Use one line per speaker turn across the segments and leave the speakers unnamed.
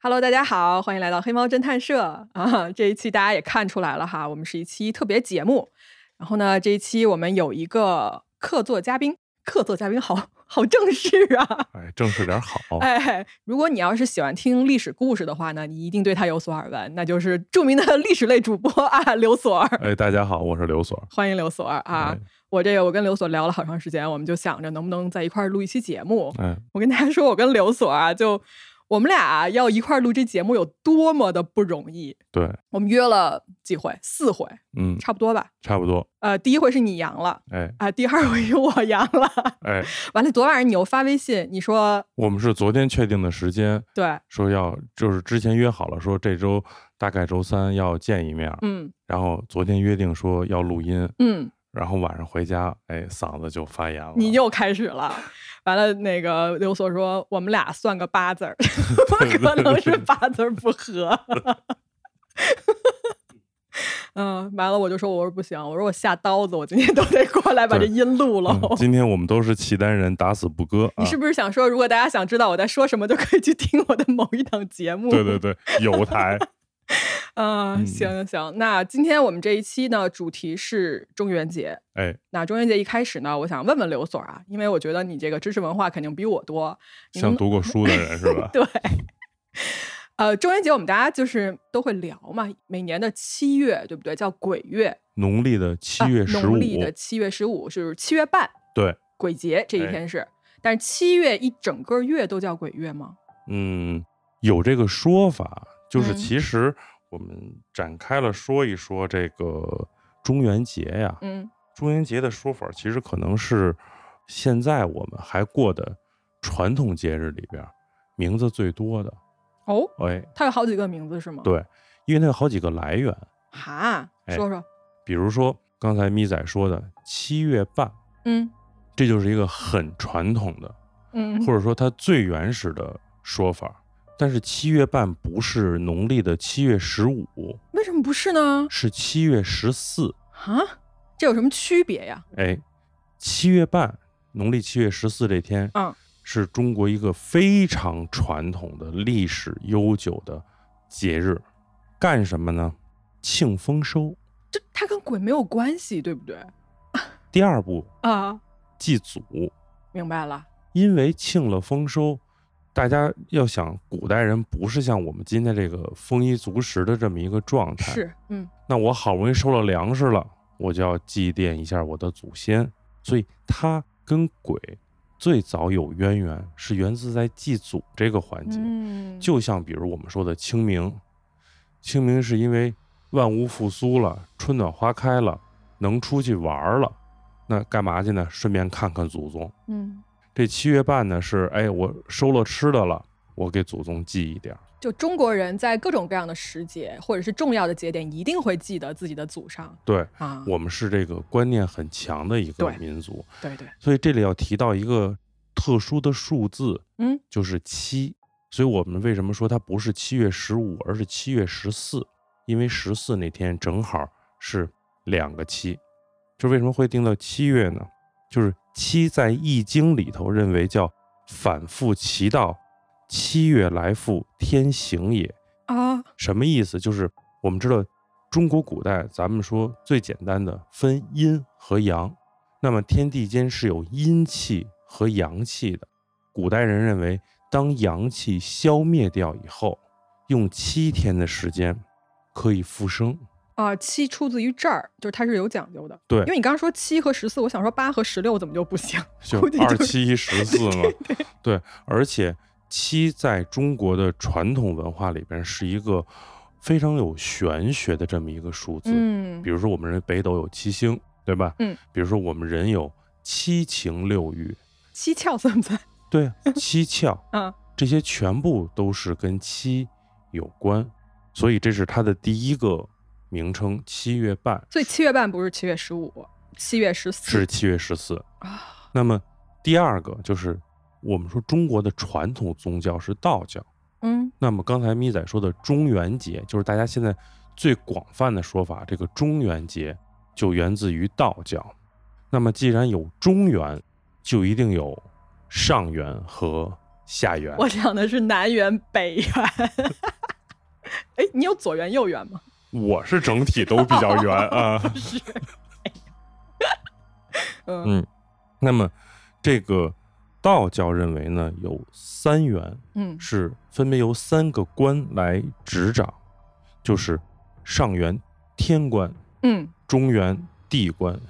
Hello，大家好，欢迎来到黑猫侦探社啊！这一期大家也看出来了哈，我们是一期特别节目。然后呢，这一期我们有一个客座嘉宾，客座嘉宾好好正式啊！
哎，正式点好。
哎，如果你要是喜欢听历史故事的话呢，你一定对他有所耳闻，那就是著名的 历史类主播啊，刘所儿。
哎，大家好，我是刘所。
欢迎刘所儿啊
哎！
我这个我跟刘所聊了好长时间，我们就想着能不能在一块儿录一期节目。
哎，
我跟大家说，我跟刘所啊，就我们俩啊要一块儿录这节目有多么的不容易。
对，
我们约了几回，四回，
嗯，
差不多吧。
差不多。
呃，第一回是你阳了
哎
啊，第二回是我阳了。
哎，
完了，昨晚上你又发微信，你说
我们是昨天确定的时间，
对，
说要就是之前约好了，说这周大概周三要见一面，
嗯
然后昨天约定说要录音，
嗯，
然后晚上回家，哎，嗓子就发炎了。嗯
你又开始了。完了，那个刘所说，我们俩算个八字儿， 可能是八字儿不合。嗯，完了，我就说，我说不行，我说我下刀子，我今天都得过来把这
对
音录了。
嗯今天我们都是契丹人，打死不割。
你是
啊
不是想说，如果大家想知道我在说什么，就可以去听我的某一档节目？
对对对，有 台。
啊、
嗯
行行行。那今天我们这一期呢，主题是中元节。
哎，
那中元节一开始呢，我想问问刘所啊，因为我觉得你这个知识文化肯定比我多。你能？
像读过书的人是吧
对，呃，中元节我们大家就是都会聊嘛，每年的七月，对不对？叫鬼月，
农历的七
啊
月十五
农，历的七月十五就是七月半，
对，
鬼节这一
哎
天是。但是七月一整个月都叫鬼月吗？
嗯，有这个说法，就是
嗯
其实我们展开了说一说这个中元节呀。
嗯
中元节的说法，其实可能是现在我们还过的传统节日里边儿名字最多的。
哦，
哎，
它有好几个名字是吗？
对，因为它有好几个来源，
哈，
哎
说说，
比如说刚才咪仔说的七月半，
嗯
这就是一个很传统的，
嗯，
或者说它最原始的说法。但是七月半不是农历的七月十五，
为什么不是呢？
是七月十四。
啊，这有什么区别呀？
哎，七月半，农历七月十四这天，
嗯，
是中国一个非常传统的历史悠久的节日。干什么呢？庆丰收。
这它跟鬼没有关系，对不对？
第二步，
啊，
祭祖。
明白了，
因为庆了丰收，大家要想，古代人不是像我们今天这个丰衣足食的这么一个状态。，
是，嗯
那我好不容易收了粮食了，我就要祭奠一下我的祖先。所以它跟鬼最早有渊源，是源自在祭祖这个环节。
嗯，
就像比如我们说的清明，清明是因为万物复苏了，春暖花开了，能出去玩儿了，那干嘛去呢？顺便看看祖宗。
嗯，
这七月半呢是，哎，我收了吃的了，我给祖宗祭一点儿。
就中国人在各种各样的时节或者是重要的节点，一定会记得自己的祖上
对
啊。
我们是这个观念很强的一个
对
民族，
对对，
所以这里要提到一个特殊的数字，
嗯，
就是七。所以我们为什么说它不是七月十五，而是七月十四？因为十四那天正好是两个七。就为什么会定到七月呢？就是七在《易经》里头认为叫反复其道，七月来复，天行也。
啊，
什么意思？就是我们知道中国古代，咱们说最简单的分阴和阳，那么天地间是有阴气和阳气的。古代人认为，当阳气消灭掉以后，用七天的时间可以复生。
啊，七出自于这儿，就是它是有讲究的。
对
因为你刚刚说七和十四，我想说八和十六怎么就不行？
就
估计
二
就是
七十四嘛，对，而且七在中国的传统文化里边是一个非常有玄学的这么一个数字，
嗯
比如说我们人北斗有七星，对吧？
嗯，
比如说我们人有七情六欲，
七窍算不算？
对啊，七 窍，
啊，
这些全部都是跟七有关，所以这是它的第一个名称，七月半
所以七月半不是七月十五，七月十四
是七月十四。
啊，
那么第二个就是我们说中国的传统宗教是道教，
嗯
那么刚才咪仔说的中元节，就是大家现在最广泛的说法，这个中元节就源自于道教。那么既然有中元，就一定有上元和下元。
我想的是南辕北辕。 哎，你有左圆右圆吗？
我是整体都比较圆啊。
不是，嗯
嗯那么，这个道教认为呢，有三元
嗯
是分别由三个官来执掌，就是上元天官、
嗯
中原地官，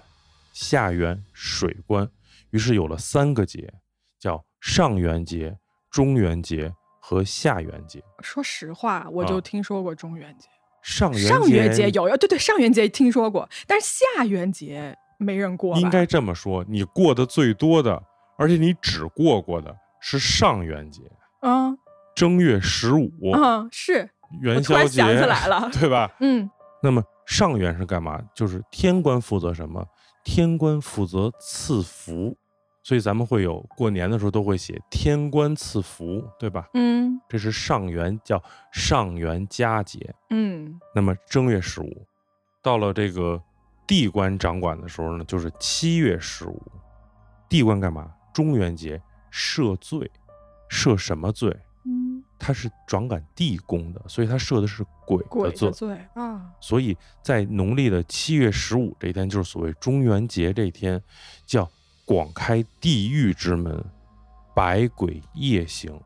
下元水官，于是有了三个节，叫上元节、中元节和下元节。
说实话，我就
啊
听说过中元节、
上元
上元节
节
有，对对，上元节听说过，但是下元节没人过吧？
应该这么说，你过得最多的，而且你只过过的是上元节，
嗯
正月十五、
嗯是，
元
我突
宵
然
节，
想起来了
对吧？
嗯
那么上元是干嘛？就是天官负责什么？天官负责赐福，所以咱们会有过年的时候都会写天官赐福，对吧？
嗯
这是上元，叫上元佳节。
嗯
那么正月十五，到了这个地官掌管的时候呢，就是七月十五。地官干嘛？中元节赦罪，赦什么罪？
嗯，
他是掌管地宫的，所以他赦的是鬼
鬼
的罪
的。罪啊，
所以在农历的七月十五这一天，就是所谓中元节这一天，叫广开地狱之门，百鬼夜行，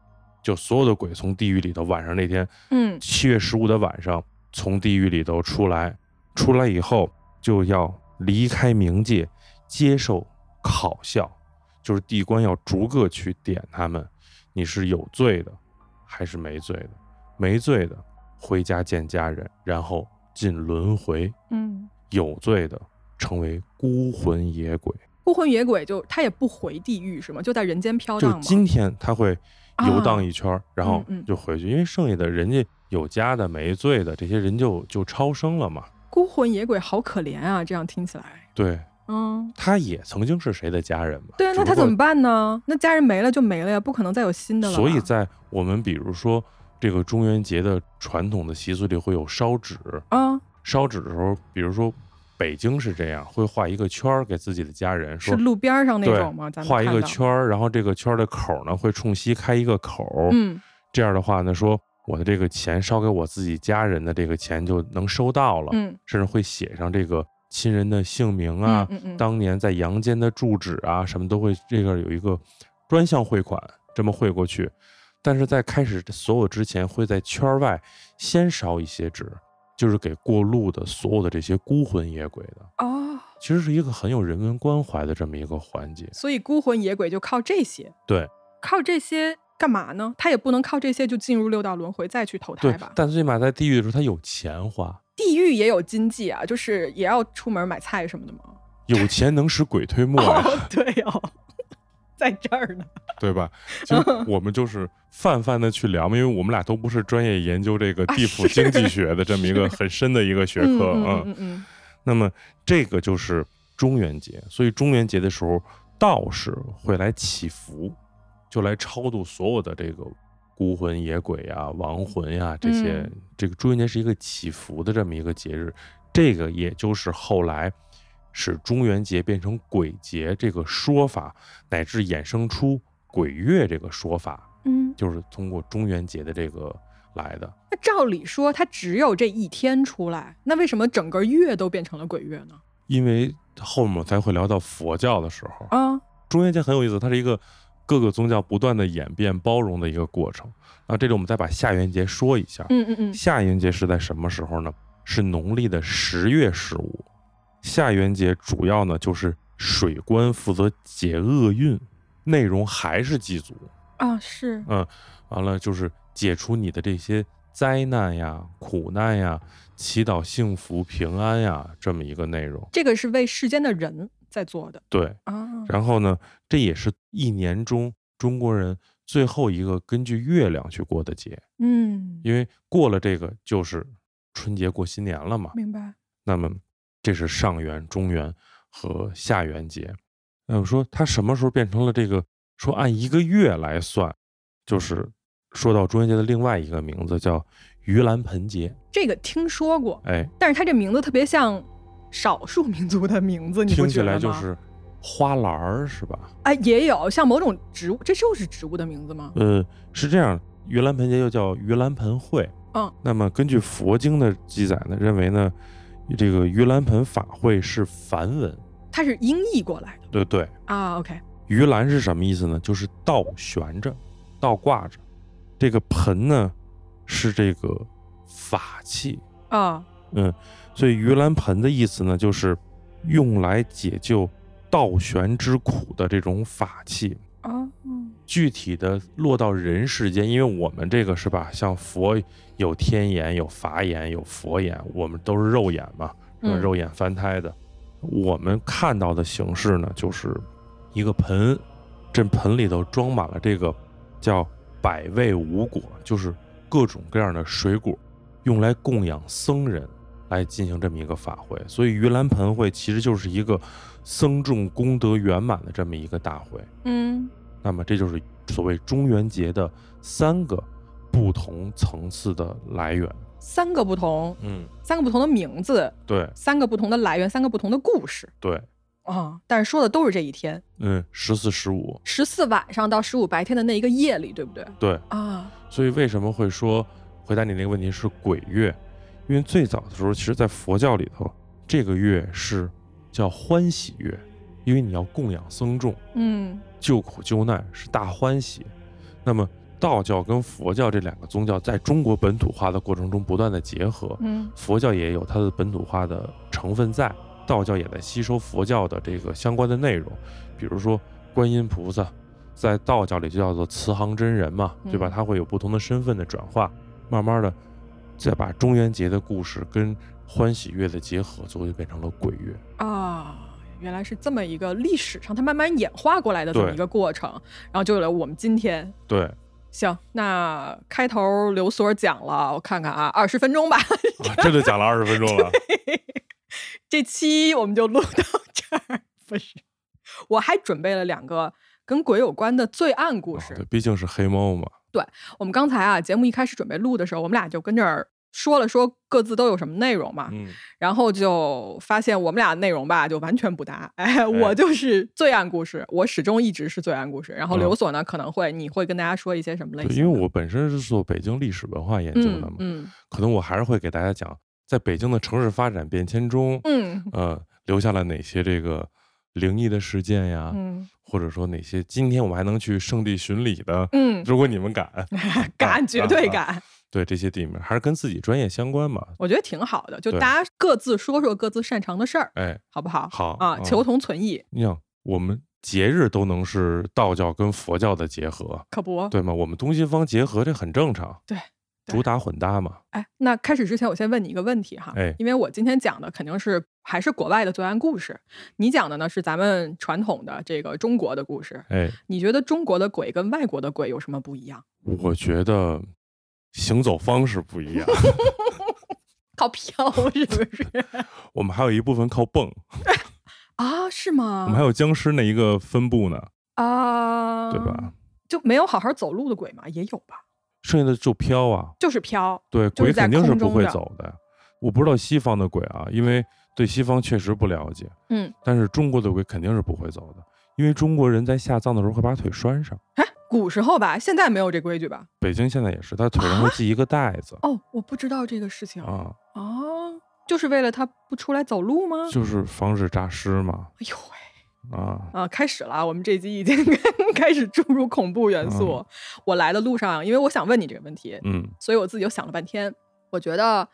就所有的鬼从地狱里头晚上那天
嗯
七月十五的晚上从地狱里头出来，出来以后就要离开冥界，接受考校，就是地官要逐个去点他们，你是有罪的还是没罪的？没罪的回家见家人，然后进轮回；
嗯，
有罪的成为孤魂野鬼。
孤魂野鬼就他也不回地狱是吗？就在人间飘
就
荡吗？
今天他会游
啊
荡一圈儿，然后
嗯嗯
就回去，因为剩下的人家有家的、没罪的这些人就就超生了嘛。
孤魂野鬼好可怜啊，这样听起来，
对，
嗯，
他也曾经是谁的家人嘛？
对啊，
只
那
不
他
过
怎么办呢？那家人没了就没了呀，不可能再有新的了吧。
所以在我们比如说这个中元节的传统的习俗里会有烧纸，
啊，
烧纸的时候，比如说北京是这样，会画一个圈儿给自己的家人，
是
说
路边上那
对
种吗？咱们
画一
看
个
到
圈儿，然后这个圈儿的口儿呢会冲西开一个口儿，
嗯
这样的话呢，说我的这个钱烧给我自己家人的这个钱就能收到了，
嗯
甚至会写上这个亲人的姓名啊，
嗯嗯嗯
当年在阳间的住址啊，什么都会这个有一个专项汇款，这么汇过去。但是在开始所有之前，会在圈儿外先烧一些纸，就是给过路的所有的这些孤魂野鬼的，
哦，
其实是一个很有人文关怀的这么一个环节。
所以孤魂野鬼就靠这些，
对
靠这些干嘛呢？他也不能靠这些就进入六道轮回再去投胎
对
吧，？
但最起码在地狱的时候，他有钱花，
地狱也有经济啊，就是也要出门买菜什么的嘛。
有钱能使鬼推磨 呀，
哦， 对哦，在这儿呢。
对吧？其实我们就是泛泛的去聊嘛，因为我们俩都不是专业研究这个地府
啊是
经济学的这么一个很深的一个学科
嗯
啊。
嗯嗯嗯
那么这个就是中元节，所以中元节的时候，道士会来祈福，就来超度所有的这个孤魂野鬼啊、亡魂呀、这些。
嗯
这个中元节是一个祈福的这么一个节日，这个也就是后来使中元节变成鬼节这个说法，乃至衍生出鬼月这个说法，
嗯。
就是通过中元节的这个来的。
那照理说，他只有这一天出来，那为什么整个月都变成了鬼月呢？
因为后面才会聊到佛教的时候，
啊，
中元节很有意思，它是一个各个宗教不断的演变、包容的一个过程。啊，这里我们再把下元节说一下。
嗯嗯嗯，
下元节是在什么时候呢？是农历的十月十五。下元节主要呢就是水官负责解厄运，内容还是祭祖。
啊是，
嗯完了就是解除你的这些灾难呀、苦难呀，祈祷幸福平安呀，这么一个内容。
这个是为世间的人在做的
对，
啊。
然后呢，这也是一年中中国人最后一个根据月亮去过的节，
嗯，
因为过了这个就是春节过新年了嘛。
明白。
那么这是上元、中元和下元节。那我说它什么时候变成了这个？说按一个月来算，就是说到中元节的另外一个名字叫盂兰盆节。
这个听说过，
哎，
但是它这名字特别像少数民族的名字，你不
听
觉
起
得吗？
来就是花篮儿是吧？
哎，也有像某种植物，这就是植物的名字吗？
嗯，是这样，盂兰盆节又叫盂兰盆会。
嗯，
那么根据佛经的记载呢，认为呢，这个盂兰盆法会是梵文。
它是音译过来的
对对，
啊。OK，
盂兰是什么意思呢？就是倒悬着，倒挂着。这个盆呢，是这个法器，
啊，
嗯，所以盂兰盆的意思呢，就是用来解救倒悬之苦的这种法器。
啊，嗯
具体的落到人世间，因为我们这个是吧，像佛有天眼、有法眼、有佛眼，我们都是肉眼嘛，是吧
嗯
肉眼翻胎的。我们看到的形式呢，就是一个盆，这盆里头装满了这个叫百味五果，就是各种各样的水果，用来供养僧人来进行这么一个法会。所以盂兰盆会其实就是一个僧众功德圆满的这么一个大会。
嗯
那么这就是所谓中元节的三个不同层次的来源。
三个不同，
嗯，
三个不同的名字，
对
三个不同的来源，三个不同的故事
对，
啊。但是说的都是这一天，
嗯，十四十五，
十四晚上到十五白天的那一个夜里，对不对？
对。
啊，
所以为什么会说回答你那个问题是鬼月？因为最早的时候，其实在佛教里头，这个月是叫欢喜月，因为你要供养僧众，
嗯
救苦救难是大欢喜。那么道教跟佛教这两个宗教在中国本土化的过程中不断的结合，
嗯
佛教也有它的本土化的成分在，道教也在吸收佛教的这个相关的内容，比如说观音菩萨，在道教里就叫做慈航真人嘛，
嗯
对吧？他会有不同的身份的转化，慢慢的再把中元节的故事跟欢喜月的结合，最后就变成了鬼月。
啊。原来是这么一个历史上它慢慢演化过来的这么
对
一个过程，然后就有了我们今天。
对，
行，那开头刘所讲了，我看看啊，二十分钟吧，
啊、这就讲了二十分钟了。
这期我们就录到这儿。不是，我还准备了两个跟鬼有关的罪案故事。
啊对毕竟是黑猫嘛。
我们刚才啊，节目一开始准备录的时候，我们俩就跟这儿说了说各自都有什么内容嘛，
嗯，
然后就发现我们俩内容吧就完全不搭。 哎，我就是罪案故事，我始终一直是罪案故事。然后
嗯
刘所呢，可能会你会跟大家说一些什么类
对，
型的？
因为我本身是做北京历史文化研究的嘛，
嗯
可能我还是会给大家讲，在北京的城市发展变迁中，
嗯嗯
呃，留下了哪些这个灵异的事件呀，
嗯
或者说哪些今天我们还能去圣地巡礼的，
嗯，
如果你们敢，
敢绝对
啊
敢。
对这些地名还是跟自己专业相关嘛。
我觉得挺好的，就
对
大家各自说说各自擅长的事儿，
哎，
好不好？
好
啊，
嗯
求同存异，
你想，我们节日都能是道教跟佛教的结合，
可不？
对吗？我们东西方结合这很正常，
哦对，对
主打混搭嘛。
哎，那开始之前，我先问你一个问题哈，
哎
因为我今天讲的肯定是还是国外的罪案故事，你讲的呢是咱们传统的这个中国的故事，
哎，
你觉得中国的鬼跟外国的鬼有什么不一样？
我觉得行走方式 不一样，
靠飘是不是？
我们还有一部分靠蹦，
啊，是
我们还
吗？
有僵尸那一个分布呢，
啊，
对吧？？
就没有好好走路的鬼嘛，也有吧，
剩下的就飘啊，
就是飘，
对，
就是
鬼
在
肯定是
空
不
中
会
的
走的。我不知道西方的鬼啊，因为对西方确实不了解，
嗯，
但是中国的鬼肯定是不会走的，因为中国人在下葬的时候会把腿拴上。
哎古时候吧，现在没有这规矩吧？
北京现在也是，他腿上会系一个带子
哦，我不知道这个事情
啊，
哦，就是为了他不出来走路吗？
就是防止诈尸嘛
哎呦喂！
啊。
啊，开始了啊，我们这集已经 开始注入恐怖元素。我来的路上，因为我想问你这个问题，
嗯，
所以我自己又想了半天。我觉得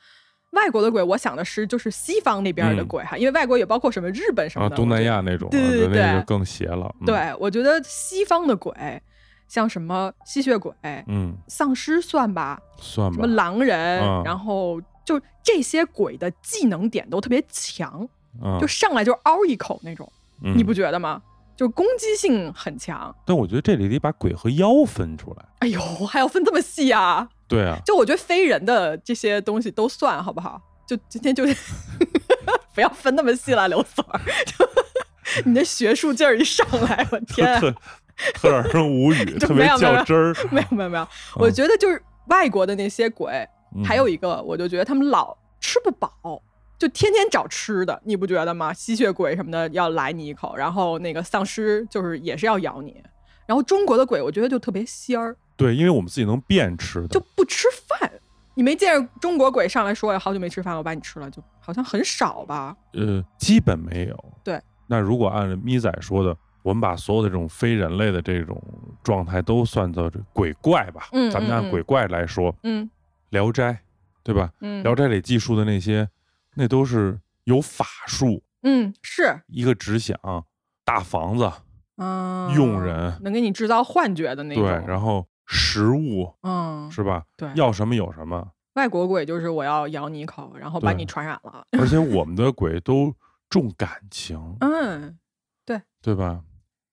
外国的鬼，我想的是就是西方那边的
嗯
鬼哈，因为外国也包括什么日本什么
啊，
的，
东
我
南
觉得
亚那种啊，
对对
对
对
那
对
就更邪了。嗯，
对，我觉得西方的鬼，像什么吸血鬼、
嗯，
丧尸算吧，
算
什
吧
么，狼人，
啊
然后就这些鬼的技能点都特别强，
啊
就上来就嗷一口那种，
嗯
你不觉得吗？就攻击性很强。
但我觉得这里得把鬼和妖分出来。
哎呦，还要分这么细啊？
对啊，
就我觉得非人的这些东西都算，好不好？就今天就 不要分那么细了，刘总儿。 就你那学术劲儿一上来，我天啊、
特特让人无语，
就
特别
没有没有
较真儿。
没有没有没有，我觉得就是外国的那些鬼，
嗯
还有一个，我就觉得他们老吃不饱，就天天找吃的，你不觉得吗？吸血鬼什么的要来你一口，然后那个丧尸就是也是要咬你。然后中国的鬼，我觉得就特别仙儿，
对，因为我们自己能变吃的，
就不吃饭。你没见着中国鬼上来说哎好久没吃饭，我把你吃了，就好像很少吧？
呃，基本没有。
对，
那如果按咪仔说的，我们把所有的这种非人类的这种状态都算作这鬼怪吧，
嗯
咱
嗯
们
嗯
按鬼怪来说，
嗯
聊斋》对吧？
嗯
聊斋》里记述的那些，那都是有法术，
嗯是
一个只想大房子，
嗯
佣人
能给你制造幻觉的那
对，
种。
然后食物
嗯
是吧？
对，
要什么有什么，
外国鬼就是我要咬你一口，然后把
对
你传染了。
而且我们的鬼都重感情，
嗯，
对吧？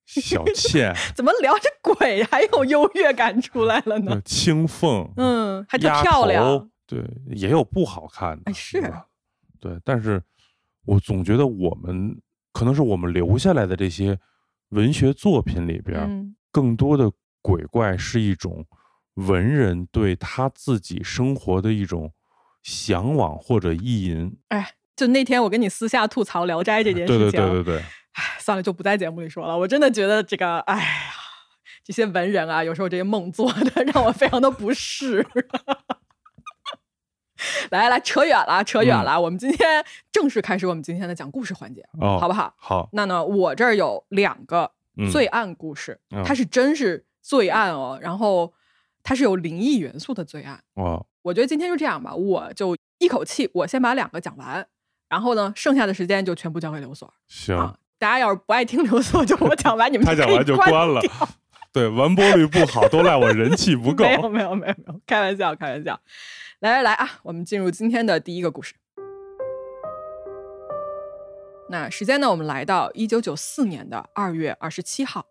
小 倩，
怎么聊这鬼 还有优越感出来了呢
对？青凤，
嗯，还特
丫
漂亮
头。，对，也有不好看的，
哎是
对吧对，但是我总觉得我们可能是我们留下来的这些文学作品里边，
嗯
更多的鬼怪是一种文人对他自己生活的一种向往或者意淫。
哎，就那天我跟你私下吐槽《聊斋》这件
对
事情，
对对对对，
哎，算了，就不在节目里说了。我真的觉得这个，哎呀，这些文人啊，有时候这些梦做的 让我非常的不适。 来来，扯远了，扯
嗯
远了。我们今天正式开始我们今天的讲故事环节，
哦，
好不
吧，
好？
好，
那呢，我这儿有两个
嗯
罪案故事，
嗯
它是真是罪案哦，然后它是有灵异元素的罪案。
哦，
我觉得今天就这样吧，我就一口气，我先把两个讲完，然后呢，剩下的时间就全部交给刘所
行，
啊。大家要是不爱听刘所，就我讲完，你们
他
可以
讲完就
关
关了。对，完播率不好，都赖我人气不够
没。有没有没有没有，开玩笑开玩笑。来来来啊，我们进入今天的第一个故事。那时间呢？我们来到一九九四年的二月二十七号，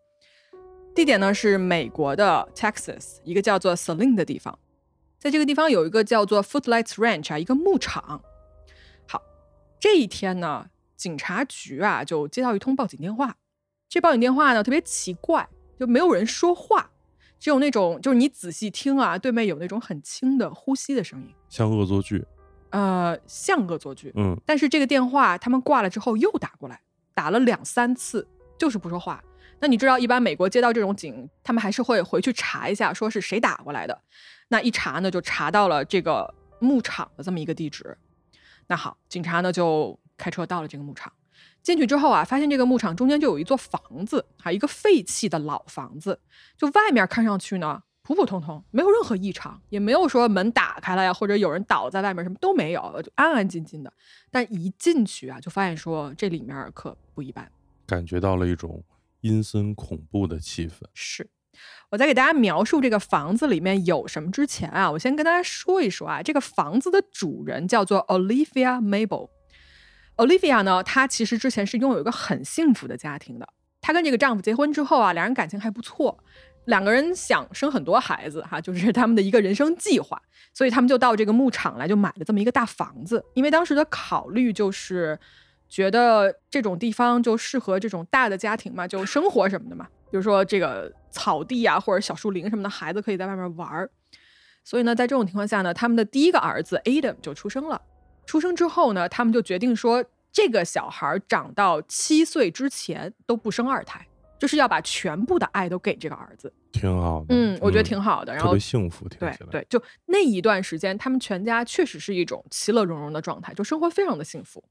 地点呢是美国的 Texas 一个叫做 Saline 的地方，在这个地方有一个叫做 Footlights Ranch 啊一个牧场。好，这一天呢，警察局啊就接到一通报警电话，这报警电话呢特别奇怪，就没有人说话，只有那种就是你仔细听啊，对面有那种很轻的呼吸的声音，
像恶作剧，
呃，像恶作剧。
嗯，
但是这个电话他们挂了之后又打过来，打了两三次，就是不说话。那你知道，一般美国接到这种警，他们还是会回去查一下，说是谁打过来的。那一查呢，就查到了这个牧场的这么一个地址。那好，警察呢就开车到了这个牧场。进去之后啊，发现这个牧场中间就有一座房子，还有一个废弃的老房子，就外面看上去呢普普通通，没有任何异常，也没有说门打开了呀，或者有人倒在外面，什么都没有，就安安静静的。但一进去啊，就发现说这里面可不一般。
感觉到了一种阴森恐怖的气氛。
是我在给大家描述这个房子里面有什么之前啊，我先跟大家说一说啊，这个房子的主人叫做 Olivia Mabel。Olivia 呢，她其实之前是拥有一个很幸福的家庭的。她跟这个丈夫结婚之后啊，两人感情还不错，两个人想生很多孩子哈、就是他们的一个人生计划。所以他们就到这个牧场来，就买了这么一个大房子。因为当时的考虑就是觉得这种地方就适合这种大的家庭嘛，就生活什么的嘛，比如说这个草地啊或者小树林什么的，孩子可以在外面玩儿。所以呢，在这种情况下呢，他们的第一个儿子 Adam 就出生了。出生之后呢，他们就决定说，这个小孩儿长到七岁之前都不生二胎，就是要把全部的爱都给这个儿子。
挺好的，
嗯，我觉得挺好的。然
特
后
别幸福，听
对
起来。
对，就那一段时间，他们全家确实是一种其乐融融的状态，就生活非常的幸福。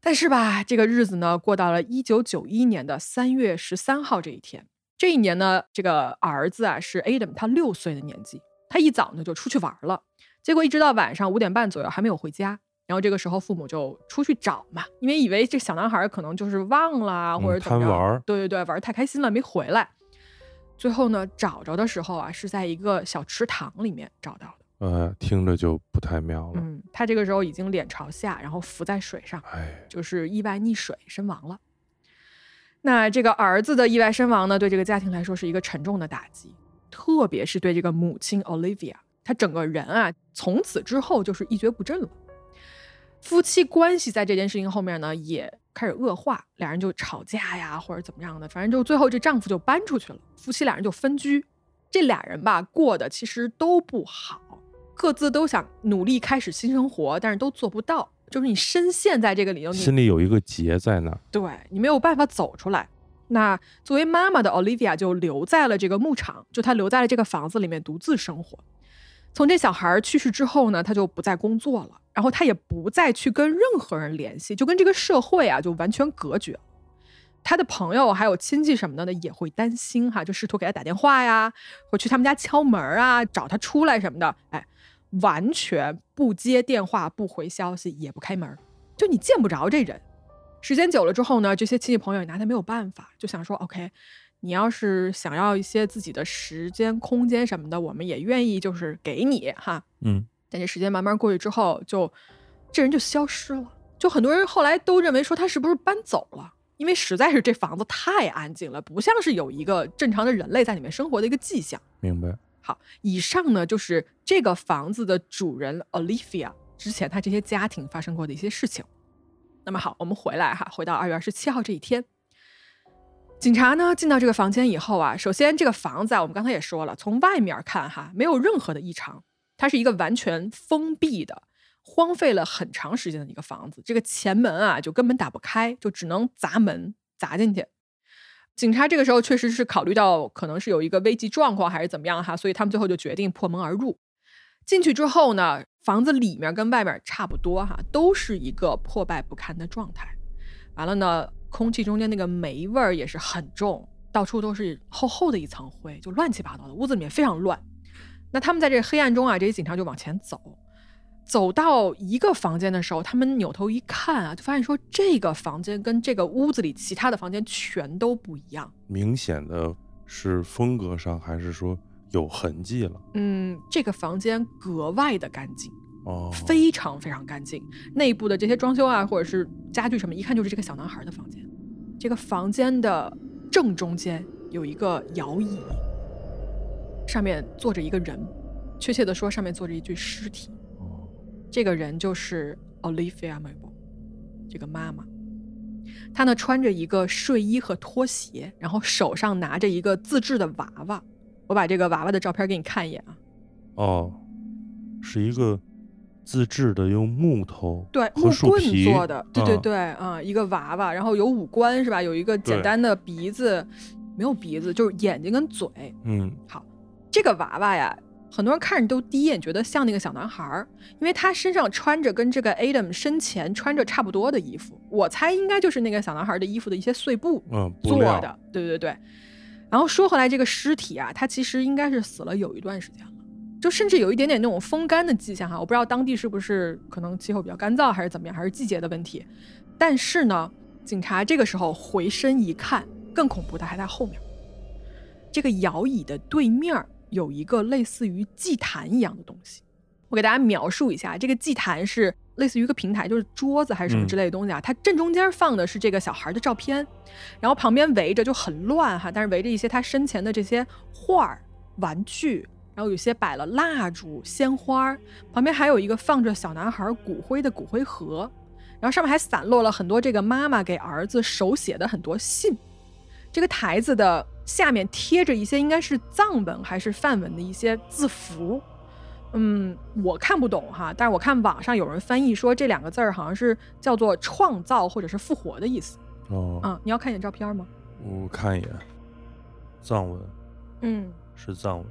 但是吧，这个日子呢，过到了一九九一年的三月十三号这一天。这一年呢，这个儿子啊是 Adam 他六岁的年纪，他一早呢就出去玩了，结果一直到晚上五点半左右还没有回家。然后这个时候父母就出去找嘛，因为以为这小男孩可能就是忘了啊，
嗯
或者怎么着
贪玩儿
对对对，玩儿太开心了没回来。最后呢，找着的时候啊，是在一个小池塘里面找到的。
呃，听着就不太妙了。
嗯，他这个时候已经脸朝下，然后浮在水上，
哎，
就是意外溺水身亡了。那这个儿子的意外身亡呢，对这个家庭来说是一个沉重的打击，特别是对这个母亲 Olivia，她整个人啊，从此之后就是一蹶不振了。夫妻关系在这件事情后面呢，也开始恶化，俩人就吵架呀，或者怎么样的，反正就最后这丈夫就搬出去了，夫妻俩人就分居。这俩人吧，过得其实都不好，各自都想努力开始新生活，但是都做不到，就是你深陷在这个里头，
心
你
里有一个结在那儿。
对你没有办法走出来。那作为妈妈的 Olivia 就留在了这个牧场，就她留在了这个房子里面独自生活。从这小孩儿去世之后呢，她就不再工作了，然后她也不再去跟任何人联系，就跟这个社会啊就完全隔绝了。她的朋友还有亲戚什么的呢，也会担心哈，就试图给她打电话呀，或去他们家敲门儿啊，找她出来什么的。哎，完全不接电话、不回消息、也不开门儿，就你见不着这人。时间久了之后呢，这些亲戚朋友也拿他没有办法，就想说，OK，你要是想要一些自己的时间、空间什么的，我们也愿意就是给你哈。
嗯，
但这时间慢慢过去之后，就这人就消失了。就很多人后来都认为说他是不是搬走了，因为实在是这房子太安静了，不像是有一个正常的人类在里面生活的一个迹象。
明白。
好，以上呢就是这个房子的主人 Olivia 之前他这些家庭发生过的一些事情。那么好，我们回来哈，回到二月二十七号这一天，警察呢进到这个房间以后啊，首先这个房子啊，我们刚才也说了，从外面看哈，没有任何的异常，它是一个完全封闭的。荒废了很长时间的一个房子，这个前门啊就根本打不开，就只能砸门砸进去。警察这个时候确实是考虑到可能是有一个危急状况还是怎么样哈，所以他们最后就决定破门而入。进去之后呢，房子里面跟外面差不多哈，都是一个破败不堪的状态。完了呢，空气中间那个霉味儿也是很重，到处都是厚厚的一层灰，就乱七八糟的，屋子里面非常乱。那他们在这黑暗中啊，这些警察就往前走，走到一个房间的时候，他们扭头一看啊，就发现说这个房间跟这个屋子里其他的房间全都不一样。
明显的是风格上，还是说有痕迹了？
嗯，这个房间格外的干净，
哦，
非常非常干净。内部的这些装修啊，或者是家具什么，一看就是这个小男孩的房间。这个房间的正中间有一个摇椅，上面坐着一个人，确切的说，上面坐着一具尸体。
哦
这个人就是 Olivia Mabel，这个妈妈。她呢穿着一个睡衣和拖鞋，然后手上拿着一个自制的娃娃。我把这个娃娃的照片给你看一眼啊。
哦，是一个自制的，用木头
对，
和
木
树
棍
皮
做的，对对
嗯
对，啊、一个娃娃，然后有五官是吧？有一个简
对
单的鼻子，没有鼻子，就是眼睛跟嘴。
嗯，
这个娃娃呀，很多人看着都第一眼觉得像那个小男孩儿，因为他身上穿着跟这个 Adam 生前穿着差不多的衣服，我猜应该就是那个小男孩的衣服的一些碎布
嗯，布
做
料
的，对对对。然后说回来，这个尸体啊，它其实应该是死了有一段时间了，就甚至有一点点那种风干的迹象哈。我不知道当地是不是可能气候比较干燥，还是怎么样，还是季节的问题。但是呢，警察这个时候回身一看，更恐怖的还在后面。这个摇椅的对面儿有一个类似于祭坛一样的东西。我给大家描述一下，这个祭坛是类似于一个平台，就是桌子还是什么
嗯
之类的东西啊。它正中间放的是这个小孩的照片，然后旁边围着就很乱哈，但是围着一些他生前的这些画儿、玩具，然后有些摆了蜡烛、鲜花儿，旁边还有一个放着小男孩骨灰的骨灰盒，然后上面还散落了很多这个妈妈给儿子手写的很多信。这个台子的下面贴着一些应该是藏文还是梵文的一些字符，嗯，我看不懂哈，但是我看网上有人翻译说这两个字儿好像是叫做创造或者是复活的意思。
哦，
啊，你要看一眼照片吗？
我看一眼，藏文
嗯。
是藏文，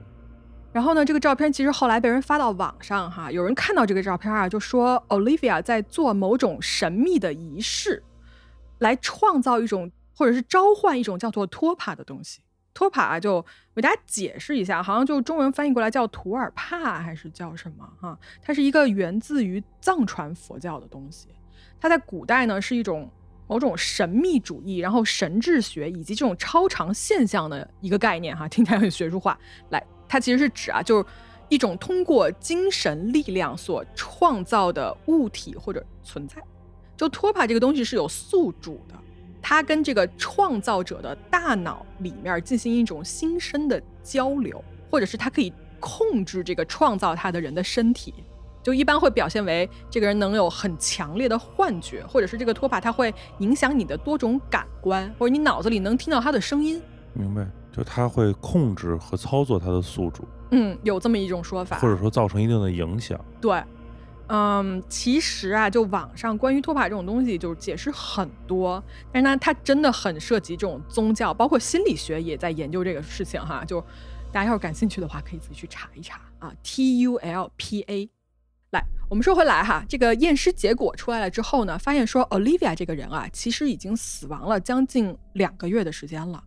然后呢，这个照片其实后来被人发到网上哈，有人看到这个照片啊，就说 Olivia 在做某种神秘的仪式，来创造一种或者是召唤一种叫做托帕的东西。托帕啊就我给大家解释一下，好像就中文翻译过来叫图尔帕还是叫什么哈、它是一个源自于藏传佛教的东西。它在古代呢是一种某种神秘主义，然后神智学以及这种超常现象的一个概念哈，听起来很学术化。来，它其实是指啊，就是一种通过精神力量所创造的物体或者存在。就托帕这个东西是有宿主的，它跟这个创造者的大脑里面进行一种心身的交流，或者是它可以控制这个创造它的人的身体。就一般会表现为这个人能有很强烈的幻觉，或者是这个托帕它会影响你的多种感官，或者你脑子里能听到它的声音。
明白？就它会控制和操作它的宿主，
嗯，有这么一种说法，
或者说造成一定的影响。
对，嗯，其实啊，就网上关于托帕这种东西，就是解释很多，但是呢，它真的很涉及这种宗教，包括心理学也在研究这个事情哈。就大家要是感兴趣的话，可以自己去查一查啊，T U L P A。来，我们说回来哈，这个验尸结果出来了之后呢，发现说 Olivia 这个人啊，其实已经死亡了将近两个月的时间了。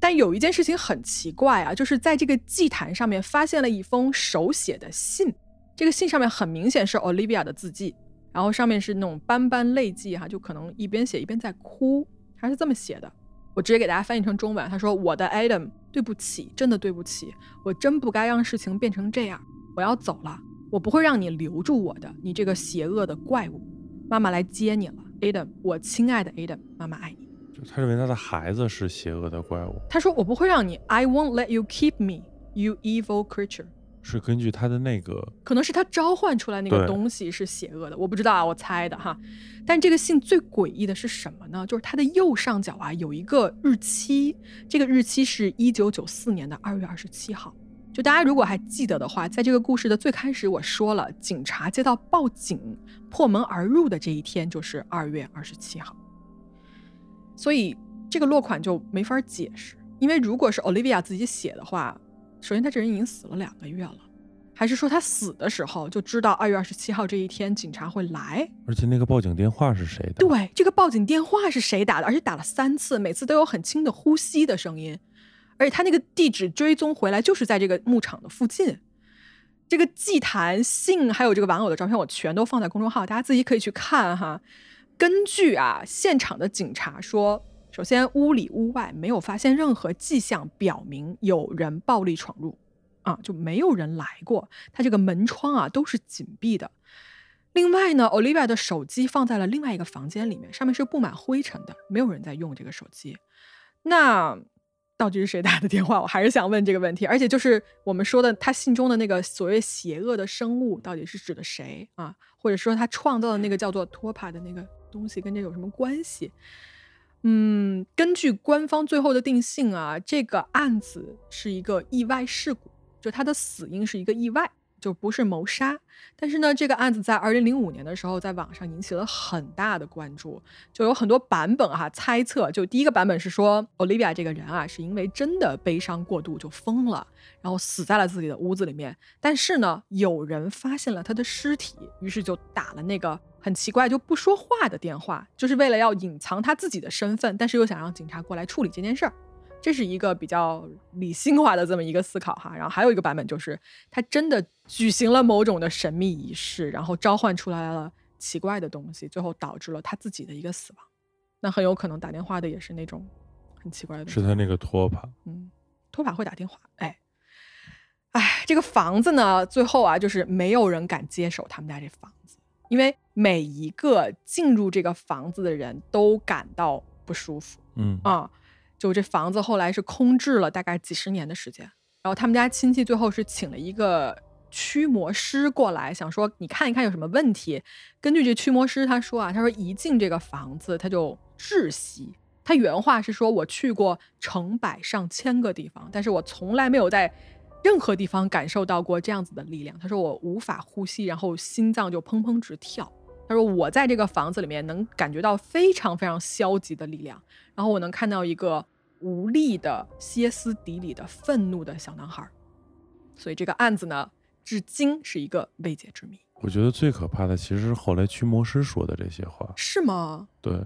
但有一件事情很奇怪啊，就是在这个祭坛上面发现了一封手写的信，这个信上面很明显是 Olivia 的字迹，然后上面是那种斑斑泪迹哈、就可能一边写一边在哭，他是这么写的。我直接给大家翻译成中文，他说：“我的 Adam，对不起，真的对不起，我真不该让事情变成这样，我要走了，我不会让你留住我的，你这个邪恶的怪物，妈妈来接你了，Adam，我亲爱的 Adam，妈妈爱你。”
就他认为他的孩子是邪恶的怪物，
他说：“我不会让你，I won't let you keep me, you evil creature。
是根据他的那个”
可能是他召唤出来那个
对
东西是邪恶的，我不知道啊，我猜的哈。但这个信最诡异的是什么呢？就是它的右上角啊有一个日期，这个日期是一九九四年的二月二十七号。就大家如果还记得的话，在这个故事的最开始我说了，警察接到报警，破门而入的这一天就是二月二十七号。所以这个落款就没法解释，因为如果是 Olivia 自己写的话，首先他这人已经死了两个月了，还是说他死的时候就知道二月二十七号这一天警察会来？
而且那个报警电话是谁的？，
对，这个报警电话是谁打的？而且打了三次，每次都有很轻的呼吸的声音，而且他那个地址追踪回来就是在这个牧场的附近。这个祭坛、信还有这个玩偶的照片，我全都放在公众号，大家自己可以去看哈。根据啊，现场的警察说，首先屋里屋外没有发现任何迹象表明有人暴力闯入，啊，就没有人来过。他这个门窗啊都是紧闭的。另外呢，Olivia 的手机放在了另外一个房间里面，上面是布满灰尘的，没有人在用这个手机。那到底是谁打的电话？我还是想问这个问题。而且就是我们说的，他信中的那个所谓邪恶的生物，到底是指的谁啊？或者说他创造的那个叫做托帕的那个东西，跟这有什么关系？嗯，根据官方最后的定性啊，这个案子是一个意外事故，就他的死因是一个意外，就不是谋杀。但是呢，这个案子在二零零五年的时候，在网上引起了很大的关注，就有很多版本哈、猜测。就第一个版本是说，Olivia 这个人啊，是因为真的悲伤过度就疯了，然后死在了自己的屋子里面。但是呢，有人发现了他的尸体，于是就打了那个很奇怪就不说话的电话，就是为了要隐藏他自己的身份，但是又想让警察过来处理这件事儿。这是一个比较理性化的这么一个思考哈。然后还有一个版本就是，他真的举行了某种的神秘仪式，然后召唤出来了奇怪的东西，最后导致了他自己的一个死亡。那很有可能打电话的也是那种很奇怪的东西，
是他那个拖把。
嗯，托法会打电话，哎，哎，这个房子呢，最后啊，就是没有人敢接手他们家这房子，因为每一个进入这个房子的人都感到不舒服
嗯，
啊。就这房子后来是空置了大概几十年的时间，然后他们家亲戚最后是请了一个驱魔师过来，想说你看一看有什么问题。根据这驱魔师他说啊，他说一进这个房子他就窒息，他原话是说：“我去过成百上千个地方，但是我从来没有在任何地方感受到过这样子的力量。”他说：“我无法呼吸，然后心脏就砰砰直跳。”他说：“我在这个房子里面能感觉到非常非常消极的力量，然后我能看到一个无力的、歇斯底里的、愤怒的小男孩儿。”所以这个案子呢，至今是一个未解之谜，
我觉得最可怕的其实是后来驱魔师说的这些话。
是吗？
对，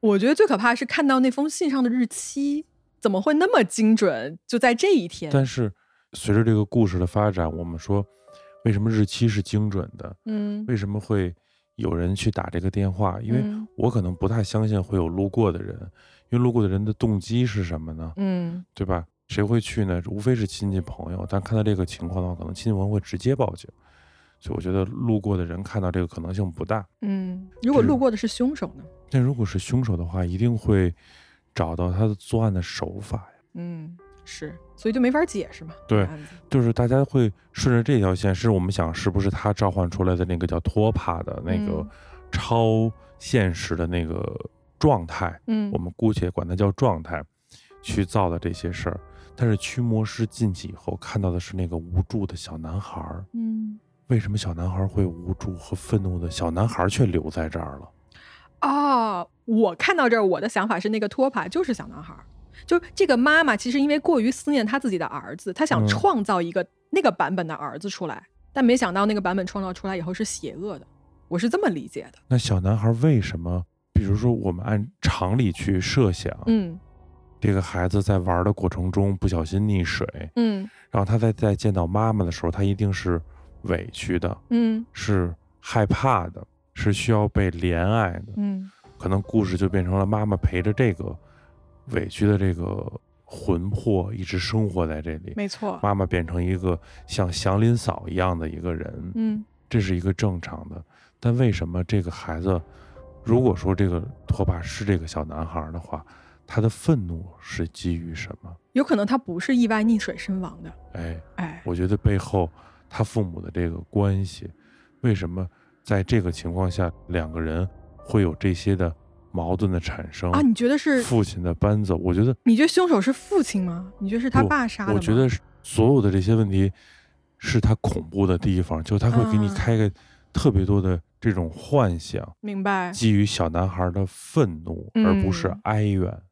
我觉得最可怕是看到那封信上的日期，怎么会那么精准？就在这一天。
但是随着这个故事的发展，我们说为什么日期是精准的？
嗯
为什么会有人去打这个电话？因为
嗯
我可能不太相信会有路过的人，因为路过的人的动机是什么呢？
嗯
对吧？谁会去呢？无非是亲戚朋友。但看到这个情况的话，可能亲戚朋友会直接报警。所以我觉得路过的人看到这个可能性不大。
嗯，如果
这
路过的是凶手呢？
但如果是凶手的话，一定会找到他的作案的手法呀。
嗯，是，所以就没法解释嘛。
对
这个案子
就是大家会顺着这条线，是我们想是不是他召唤出来的那个叫托帕的那个
嗯
超现实的那个状态，
嗯
我们姑且管它叫状态，去造的这些事儿。但是驱魔师进去以后看到的是那个无助的小男孩儿，
嗯
为什么小男孩会无助和愤怒的，小男孩却留在这儿了？
哦，我看到这儿，我的想法是那个托帕就是小男孩儿，就是这个妈妈其实因为过于思念她自己的儿子，她想
嗯
创造一个那个版本的儿子出来，但没想到那个版本创造出来以后是邪恶的，我是这么理解的。
那小男孩为什么？比如说，我们按常理去设想，
嗯
这个孩子在玩的过程中不小心溺水，
嗯
然后他在在见到妈妈的时候，他一定是委屈的，
嗯
是害怕的，是需要被怜爱的。
嗯
可能故事就变成了妈妈陪着这个委屈的这个魂魄一直生活在这里。
没错。
妈妈变成一个像祥林嫂一样的一个人，
嗯
这是一个正常的。但为什么这个孩子，如果说这个拖把是这个小男孩的话，他的愤怒是基于什么？
有可能他不是意外溺水身亡的，
哎，
哎，
我觉得背后他父母的这个关系，为什么在这个情况下两个人会有这些的矛盾的产生？
啊，你觉得是？
哦父亲的搬走，我觉得，
你觉得凶手是父亲吗？你觉得是他
不
爸杀的吗？
我觉得是所有的这些问题是他恐怖的地方，就是他会给你
啊
开个特别多的这种幻想，
明白。
基于小男孩的愤怒，
嗯
而不是哀怨。